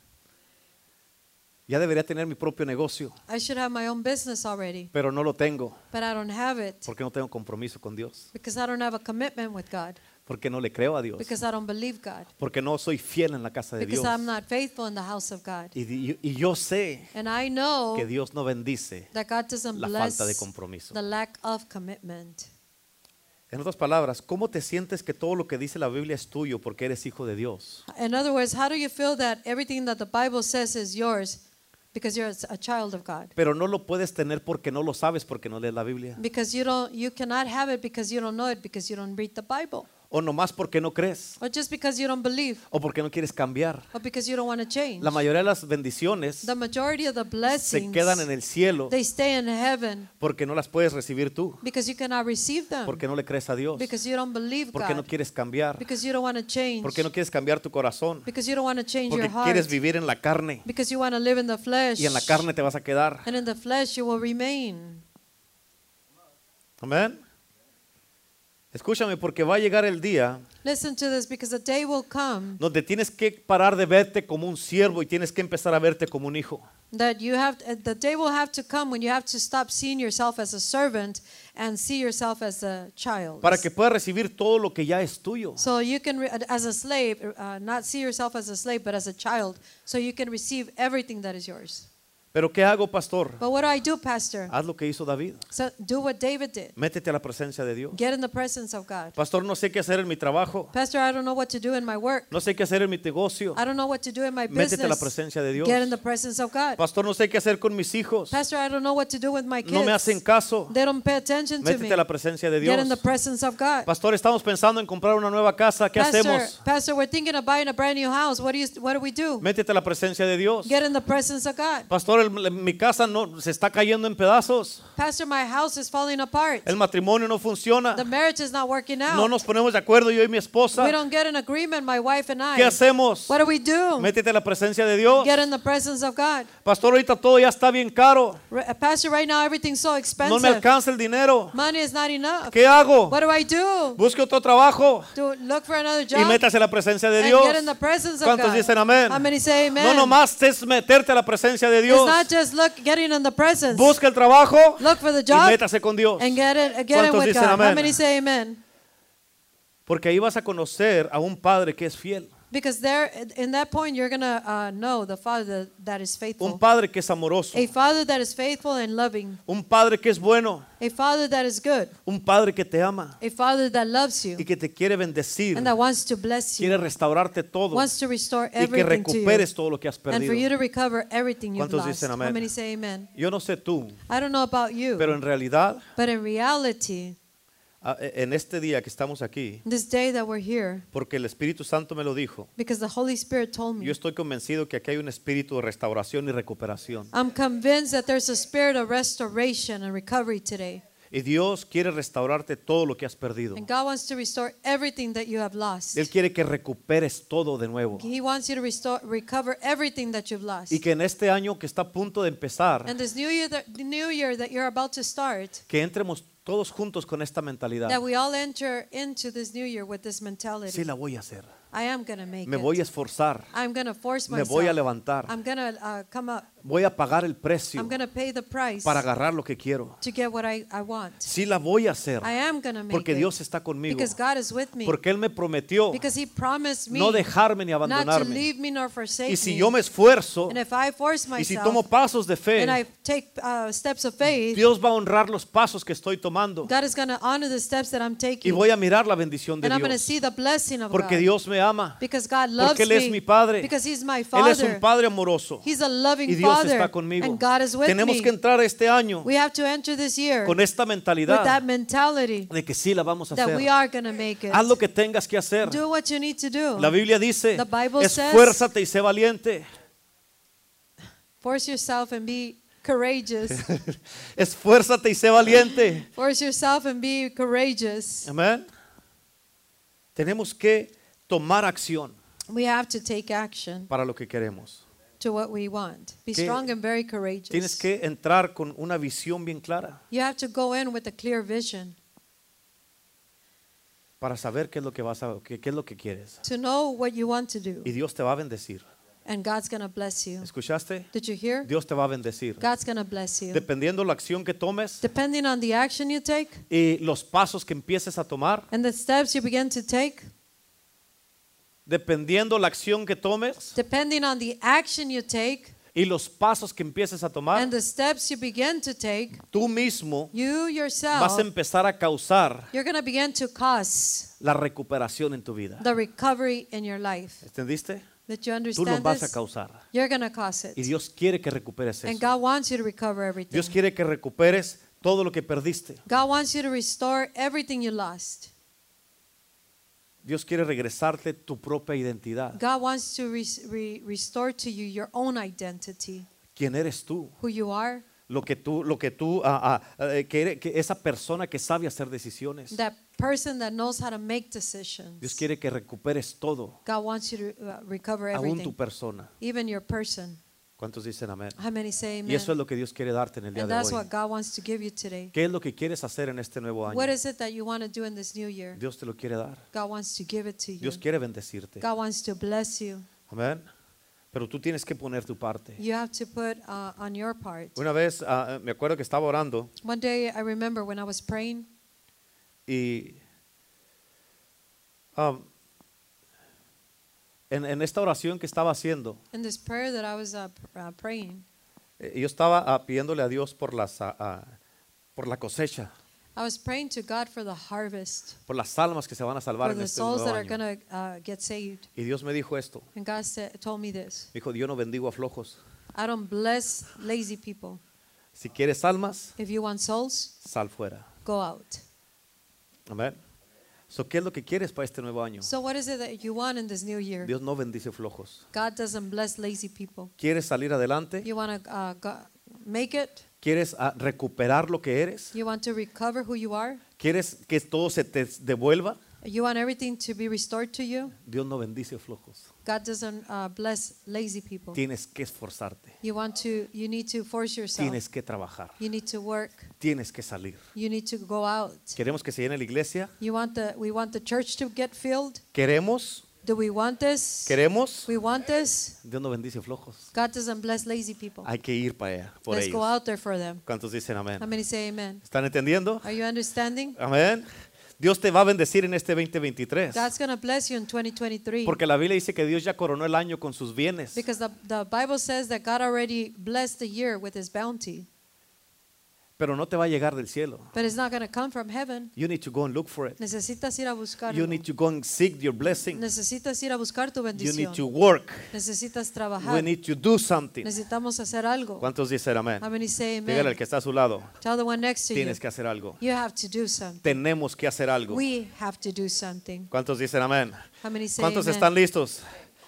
Ya debería tener mi propio negocio,
I should have my own business already,
pero no lo tengo
but I don't have it
porque no tengo compromiso con Dios,
because I don't have a commitment with God,
porque no le creo a Dios,
because I don't believe God,
porque no soy fiel en la casa de
because
Dios.
I'm not faithful in the house of God.
Y, di- y yo sé
And I
que
know
Dios no bendice
that God doesn't
la
bless
falta de compromiso.
the lack of commitment.
En otras palabras, ¿cómo te sientes que todo lo que dice la Biblia es tuyo porque eres hijo de Dios?
In other words, how do you feel that everything that the Bible says is yours because you're a child of God?
Pero no lo puedes tener porque no lo sabes, porque no lees la Biblia.
Because you don't you cannot have it because you don't know it because you don't read the Bible
O nomás porque no crees.
or just because you don't believe
O porque no quieres cambiar.
or because you don't want to change.
La mayoría de las bendiciones
The majority of the
se
blessings
quedan en el cielo
they stay in heaven
porque no las puedes recibir tú.
because you cannot receive them
Porque no le crees a Dios.
because you don't believe
Porque
God
no quieres cambiar.
because you don't want to change
Porque no quieres cambiar tu corazón.
because you don't want to change your
Porque
heart
quieres vivir en la carne.
because you want to live in the flesh
Y en la carne te vas a quedar.
and in the flesh you will remain.
Amén. Escúchame, porque va a llegar el día
Listen to this because the day will come
donde tienes que parar de verte como un siervo y tienes que empezar a verte como un hijo.
that you have uh, the day will have to come when you have to stop seeing yourself as a servant and see yourself as a child.
Para que puedas recibir todo lo que ya es tuyo.
so you can re- as a slave uh, not see yourself as a slave but as a child so you can receive everything that is yours.
Pero ¿qué hago, pastor?
But what do I do, pastor?
Haz lo que hizo David.
So do what David did.
Métete a la presencia de Dios.
Get in the presence of God.
Pastor, no sé qué hacer en mi trabajo.
Pastor, I don't know what to do in my work.
No sé qué hacer en mi negocio.
I don't know what to do in my
Métete a
business.
la presencia de Dios.
Get in the presence of God.
Pastor, no sé qué hacer con mis hijos.
Pastor, I don't know what to do with my kids.
No me hacen caso.
They don't pay attention to me.
Métete a la presencia de
Get in the
Dios.
presence of God.
Pastor, estamos pensando en comprar una nueva casa. ¿Qué
Pastor,
hacemos?
Pastor, we're thinking of buying a brand new house. What do you what do we do?
Métete a la presencia de Dios.
Get in the presence of God.
Pastor, el- mi casa no se está cayendo en pedazos.
Pastor, my house is falling apart.
El matrimonio no funciona.
The marriage is not working out.
No nos ponemos de acuerdo yo y mi esposa.
We don't get an agreement, my wife and I.
¿Qué hacemos?
What do we do?
Métete a la presencia de Dios.
Get in the presence of God.
Pastor, ahorita todo ya está bien caro.
Re- uh, Pastor, right now everything's so
No me
expensive.
alcanza el dinero.
Money is not enough.
¿Qué hago?
What do I do?
Busque otro trabajo
Do look for another
y
job.
métase a la presencia de
And
Dios.
get in the presence of
¿Cuántos
God?
dicen amén?
How many say amen?
No nomás es meterte a la presencia de
It's
Dios.
not just look getting in the presence.
Busca el trabajo
Look for the
y
job
métase con Dios.
and get it get it
¿Cuántos
with
dicen
God. How
amén?
many say amen?
Porque ahí vas a conocer a un padre que es fiel,
Because there, in that point, you're gonna uh, know the Father that is
un
faithful,
padre que es amoroso,
a Father that is faithful and loving,
un padre que es bueno,
a Father that is good,
un padre que te ama
a Father that loves you
y que te quiere bendecir,
and that wants to bless you,
quiere restaurarte todo
wants to restore
y que
everything to you,
recuperes todo lo que has
and for
perdido.
you to recover everything you've
¿Cuántos
lost.
dicen
How
amén?
many say Amen?
Yo no sé tú,
I don't know about
pero
you,
en realidad,
but in reality,
a- en este día que estamos aquí,
this day that we're here,
porque el Espíritu Santo me lo dijo,
because the Holy Spirit told
yo
me,
estoy convencido que aquí hay un espíritu de restauración y recuperación.
I'm convinced that there's a spirit of restoration and recovery today,
Y Dios quiere restaurarte todo lo que has perdido.
and God wants to restore everything that you have lost.
Él quiere que recuperes todo de nuevo.
He wants you to restore, recover everything that you've lost.
Y que en este año que está a punto de empezar,
And this new year, that, the new year that you're about to start,
que entremos todos juntos con esta mentalidad.
that we all enter into this new year with this
Sí
mentality.
la voy a hacer.
I am gonna make
Me
it.
voy a esforzar.
I'm gonna force
Me
myself.
voy a levantar.
I'm gonna uh, come up.
Voy a pagar el
I'm
precio
gonna pay the price
para agarrar lo que quiero.
to get what I, I want.
Sí la voy a hacer.
I am gonna make
Porque
it
Dios está conmigo.
because God is with me.
Porque Él me prometió
Because He promised me
no dejarme ni
not to
abandonarme.
leave me nor forsake
Y si
me.
yo me esfuerzo
and if I force
y si
myself
tomo pasos de
and I
fe,
take uh, steps of faith,
Dios va a honrar los pasos que estoy tomando.
God is gonna honor the steps that I'm taking.
Y voy a mirar la bendición de
And I'm going to
Dios.
see the blessing of
Porque
God.
Dios me ama.
because God loves
Porque Él es
me.
mi padre.
Because he's my
Él es
father.
un padre amoroso.
he's a loving
Y Dios
father.
está conmigo.
And God is with
Tenemos
me.
que entrar este año
we have to enter this year
con esta
with that
mentalidad
mentality
de que sí la vamos a
that
hacer.
we are going to make it.
Haz lo que tengas que hacer.
do what you need to do.
La Biblia dice,
The Bible says-
esfuérzate y sé valiente.
Force yourself and be courageous.
Esfuérzate y sé valiente.
Force yourself and be courageous.
Amén. Tenemos que tomar acción
We have to take action
para lo que queremos.
to what we want. Be
Que-
strong and very courageous.
Tienes que entrar con una visión bien clara
you have to go in with a clear vision
para saber qué es lo que vas a, qué, qué es lo que quieres.
to know what you want to do.
Y Dios te va a bendecir.
And God's going to bless you.
¿Escuchaste?
Did you hear?
Dios te va a bendecir.
God's going to bless you.
Dependiendo la acción que tomes
Depending on the action you take
y los pasos que empieces a tomar,
and the steps you begin to take,
dependiendo la acción que tomes,
depending on the action you take,
y los pasos que empieces a tomar,
and the steps you begin to take,
tú mismo
you
vas
yourself,
a empezar a causar
you're going to begin to cause
la recuperación en tu vida.
the recovery in your life.
¿Entendiste?
That you
Tú lo
understand
vas a
this?
causar.
You're going to cause
Y
it.
Dios quiere que recuperes
And
eso.
God wants you to recover everything.
Dios quiere que recuperes todo lo que perdiste.
God wants you to restore everything you lost.
Dios quiere regresarte tu propia identidad.
God wants to re- re- restore to you your own identity,
¿Quién eres tú?
who you are,
Lo que tú, lo que tú, ah, ah, eh, que eres- que esa persona que sabe hacer decisiones.
that person that knows how to make decisions.
Dios quiere que recuperes todo,
God wants you to uh, recover
aún
everything,
tu persona.
even your person.
¿Cuántos dicen amén?
How many say
Y
amen?
eso es lo que Dios quiere darte en el día
and
de
that's
hoy.
what God wants to give you today.
¿Qué es lo que quieres hacer en este nuevo
What
año?
is it that you want to do in this new year?
Dios te lo quiere dar.
God wants to give it to you.
Dios quiere bendecirte.
God wants to bless you.
Amén. Pero tú tienes que poner tu parte.
You have to put uh, on your part.
Una vez ah, me acuerdo que estaba orando
One day I remember when I was praying,
y am, en, en esta oración que estaba haciendo,
in this prayer that I was uh, pr- uh, praying,
eh, yo estaba ah, pidiéndole a Dios por, las, ah, ah, por la cosecha,
I was praying to God for the harvest,
por las almas que se van a salvar
for
en
the
este
souls
nuevo
that are
año.
going to uh, get saved.
Y Dios me dijo esto.
And God said, told me this
Me dijo, yo no bendigo a flojos.
I don't bless lazy people.
Si quieres almas,
If you want souls,
sal fuera.
go out.
Amén. So, ¿Qué es lo que quieres para este nuevo año?
So, what is it that you want in this new year?
Dios no bendice flojos.
God doesn't bless lazy people.
¿Quieres salir adelante?
You want to uh, go- make it,
¿Quieres ah, recuperar lo que eres?
you want to recover who you are,
¿Quieres que todo se te devuelva?
you want everything to be restored to you.
Dios no bendice flojos.
God doesn't uh, bless lazy people.
Tienes que esforzarte.
You want to, you need to force yourself.
Tienes que trabajar.
You need to work.
Tienes que salir.
You need to go out.
¿Queremos que se llene la iglesia?
You want the, we want the church to get filled.
¿Queremos?
Do we want this?
¿Queremos?
We want this.
Dios no bendice flojos.
God doesn't bless lazy people.
Hay que ir para allá, por
Let's go
ellos.
out there for them.
¿Cuántos dicen amén?
How many say amen?
¿Están entendiendo?
Are you understanding?
Amén. Dios te va a bendecir en este 2023.
God's going to bless you in 2023.
Porque la Biblia dice que Dios ya coronó el año con sus bienes.
Because the, the Bible says that God already blessed the year with his bounty,
Pero no te va a llegar del cielo.
but it's not going to come from heaven.
You need to go and look for it.
Necesitas ir a buscarlo.
You need to go and seek your blessing.
Necesitas ir a buscar tu
You need
bendición.
to work.
Necesitas
We
trabajar.
need to do something.
Necesitamos hacer algo.
¿Cuántos dicen amén?
How many say
Dígale al
amen?
que está a su lado.
Tell the one next to you.
Tienes que hacer algo.
You have to do something.
Tenemos que hacer algo.
We have to do something.
¿Cuántos dicen amén?
How many say
¿Cuántos
amen?
están listos?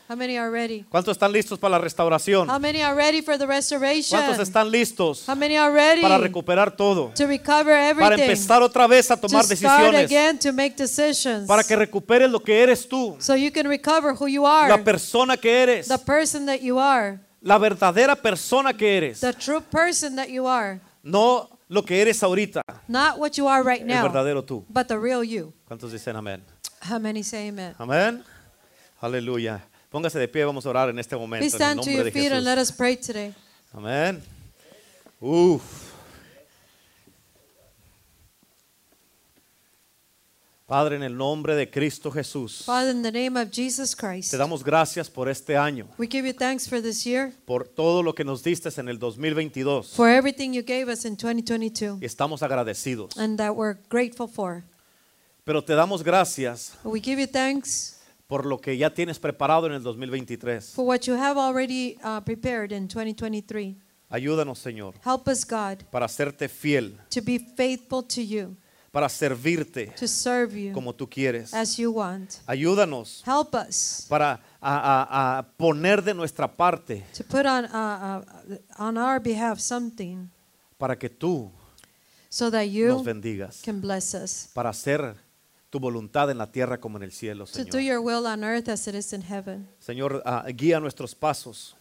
How many are ready?
¿Cuántos están listos para la restauración?
How many are ready for the restoration?
¿Cuántos están listos
How many are ready
para recuperar todo?
to recover
Para
everything?
empezar otra vez a tomar
to start
decisiones.
again to make decisions.
Para que recuperes lo que eres tú.
so you can recover who you are,
La persona que eres.
the person that you are,
La verdadera persona que eres.
the true person that you are,
No lo que eres ahorita.
not what you are right
El
now,
verdadero tú.
but the real you.
¿Cuántos dicen amén?
How many say amen?
Amén. Aleluya. Póngase de pie, vamos a orar en este momento.
Please
En el
stand to
nombre
your
de
feet and
Jesús.
let us pray today.
Amén. Uf. Padre, en el nombre de Cristo Jesús,
Father, in the name of Jesus Christ,
te damos gracias por este año,
we give you thanks for this year,
por todo lo que nos diste en el 2022.
for everything you gave us in 2022,
Y estamos agradecidos.
and that we're grateful for.
Pero te damos gracias
We give you thanks
por lo que ya tienes preparado en el 2023.
for what you have already uh, prepared in 2023.
Ayúdanos, Señor,
Help us, God,
para serte fiel,
to be faithful to you,
para servirte
to serve you.
como tú quieres.
as you want.
Ayúdanos
Help us
para a- a- a poner de nuestra parte
to put on, uh, uh, on our behalf something
para que tú
so that
nos
you
bendigas,
can bless us
para hacer tu voluntad en la tierra como en el cielo,
to do
Señor.
your will on earth as it is in heaven.
Señor, ah, guía nuestros pasos.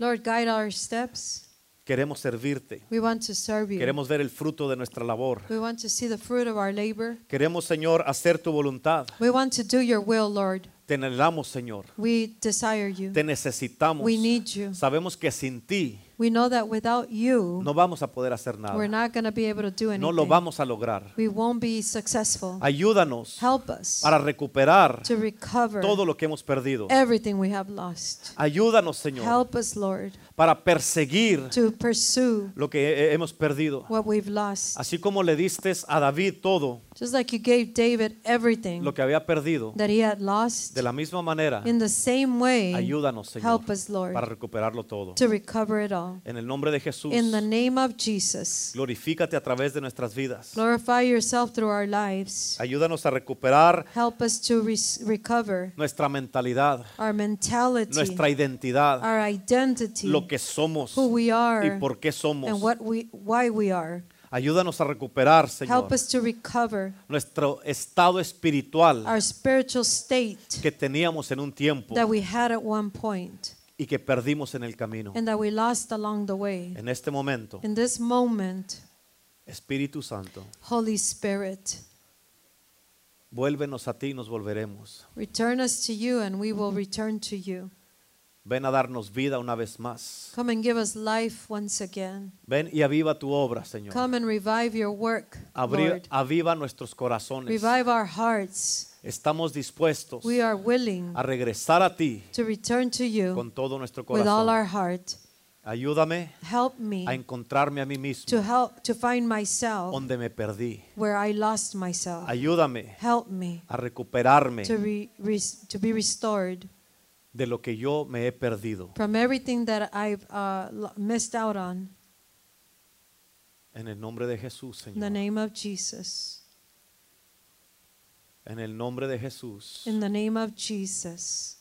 Lord, guide our steps.
Queremos servirte.
We want to serve you.
Queremos ver el fruto de nuestra labor.
We want to see the fruit of our labor.
Queremos, Señor, hacer tu voluntad.
We want to do your will, Lord.
Te anhelamos, Señor.
We desire you.
Te necesitamos.
We need you.
Sabemos que sin ti
We know that without you,
no vamos a poder hacer nada.
we're not going to be able to do
No lo
anything.
vamos a lograr.
We won't be successful.
Ayúdanos
Help us
para recuperar
to recover
todo lo que hemos perdido.
everything we have lost.
Ayúdanos, Señor,
Help us, Lord,
para perseguir
to pursue
lo que eh, hemos perdido.
what we've lost.
Así como le diste a David todo
Just like you gave David everything
lo que había perdido,
that he had lost,
de la misma manera,
in the same way,
ayúdanos, Señor,
help us,
para
Lord,
recuperarlo todo.
to recover it all.
En el nombre de Jesús,
In the name of Jesus,
glorifícate a través de nuestras vidas.
glorify yourself through our lives.
Ayúdanos a recuperar
Help us to res- recover
nuestra mentalidad,
our mentality,
nuestra identidad,
our identity,
lo que somos
Ah, who we are,
y por qué
and
somos.
what we, why we are.
Ayúdanos a recuperar, Señor,
Help us to recover
nuestro estado espiritual
our spiritual state
que teníamos en un tiempo
Ah. that we had at one point
y que perdimos en el camino.
and that we lost along the way.
En este momento,
In this moment,
Espíritu Santo,
Holy Spirit,
vuélvenos a ti y nos volveremos.
return us to you and we will return to you.
Ven a darnos vida una vez más.
Come and give us life once again.
Ven y aviva tu obra, Señor.
Come and revive your work,
Abri-
Lord.
aviva nuestros corazones.
Revive our hearts.
Estamos dispuestos
We are willing
a regresar a ti
to return to you
con todo nuestro
with all
corazón.
our heart.
Ayúdame
Help me
a encontrarme a mí mismo
to help to find myself
donde me perdí.
where I lost myself.
Ayúdame
Help me
a recuperarme
to, re, res- to be restored
de lo que yo me he perdido.
from everything that I've uh, lo- missed out on.
En el nombre de Jesús,
In the
Señor.
name of Jesus.
En el nombre de Jesús.
In the name of Jesus.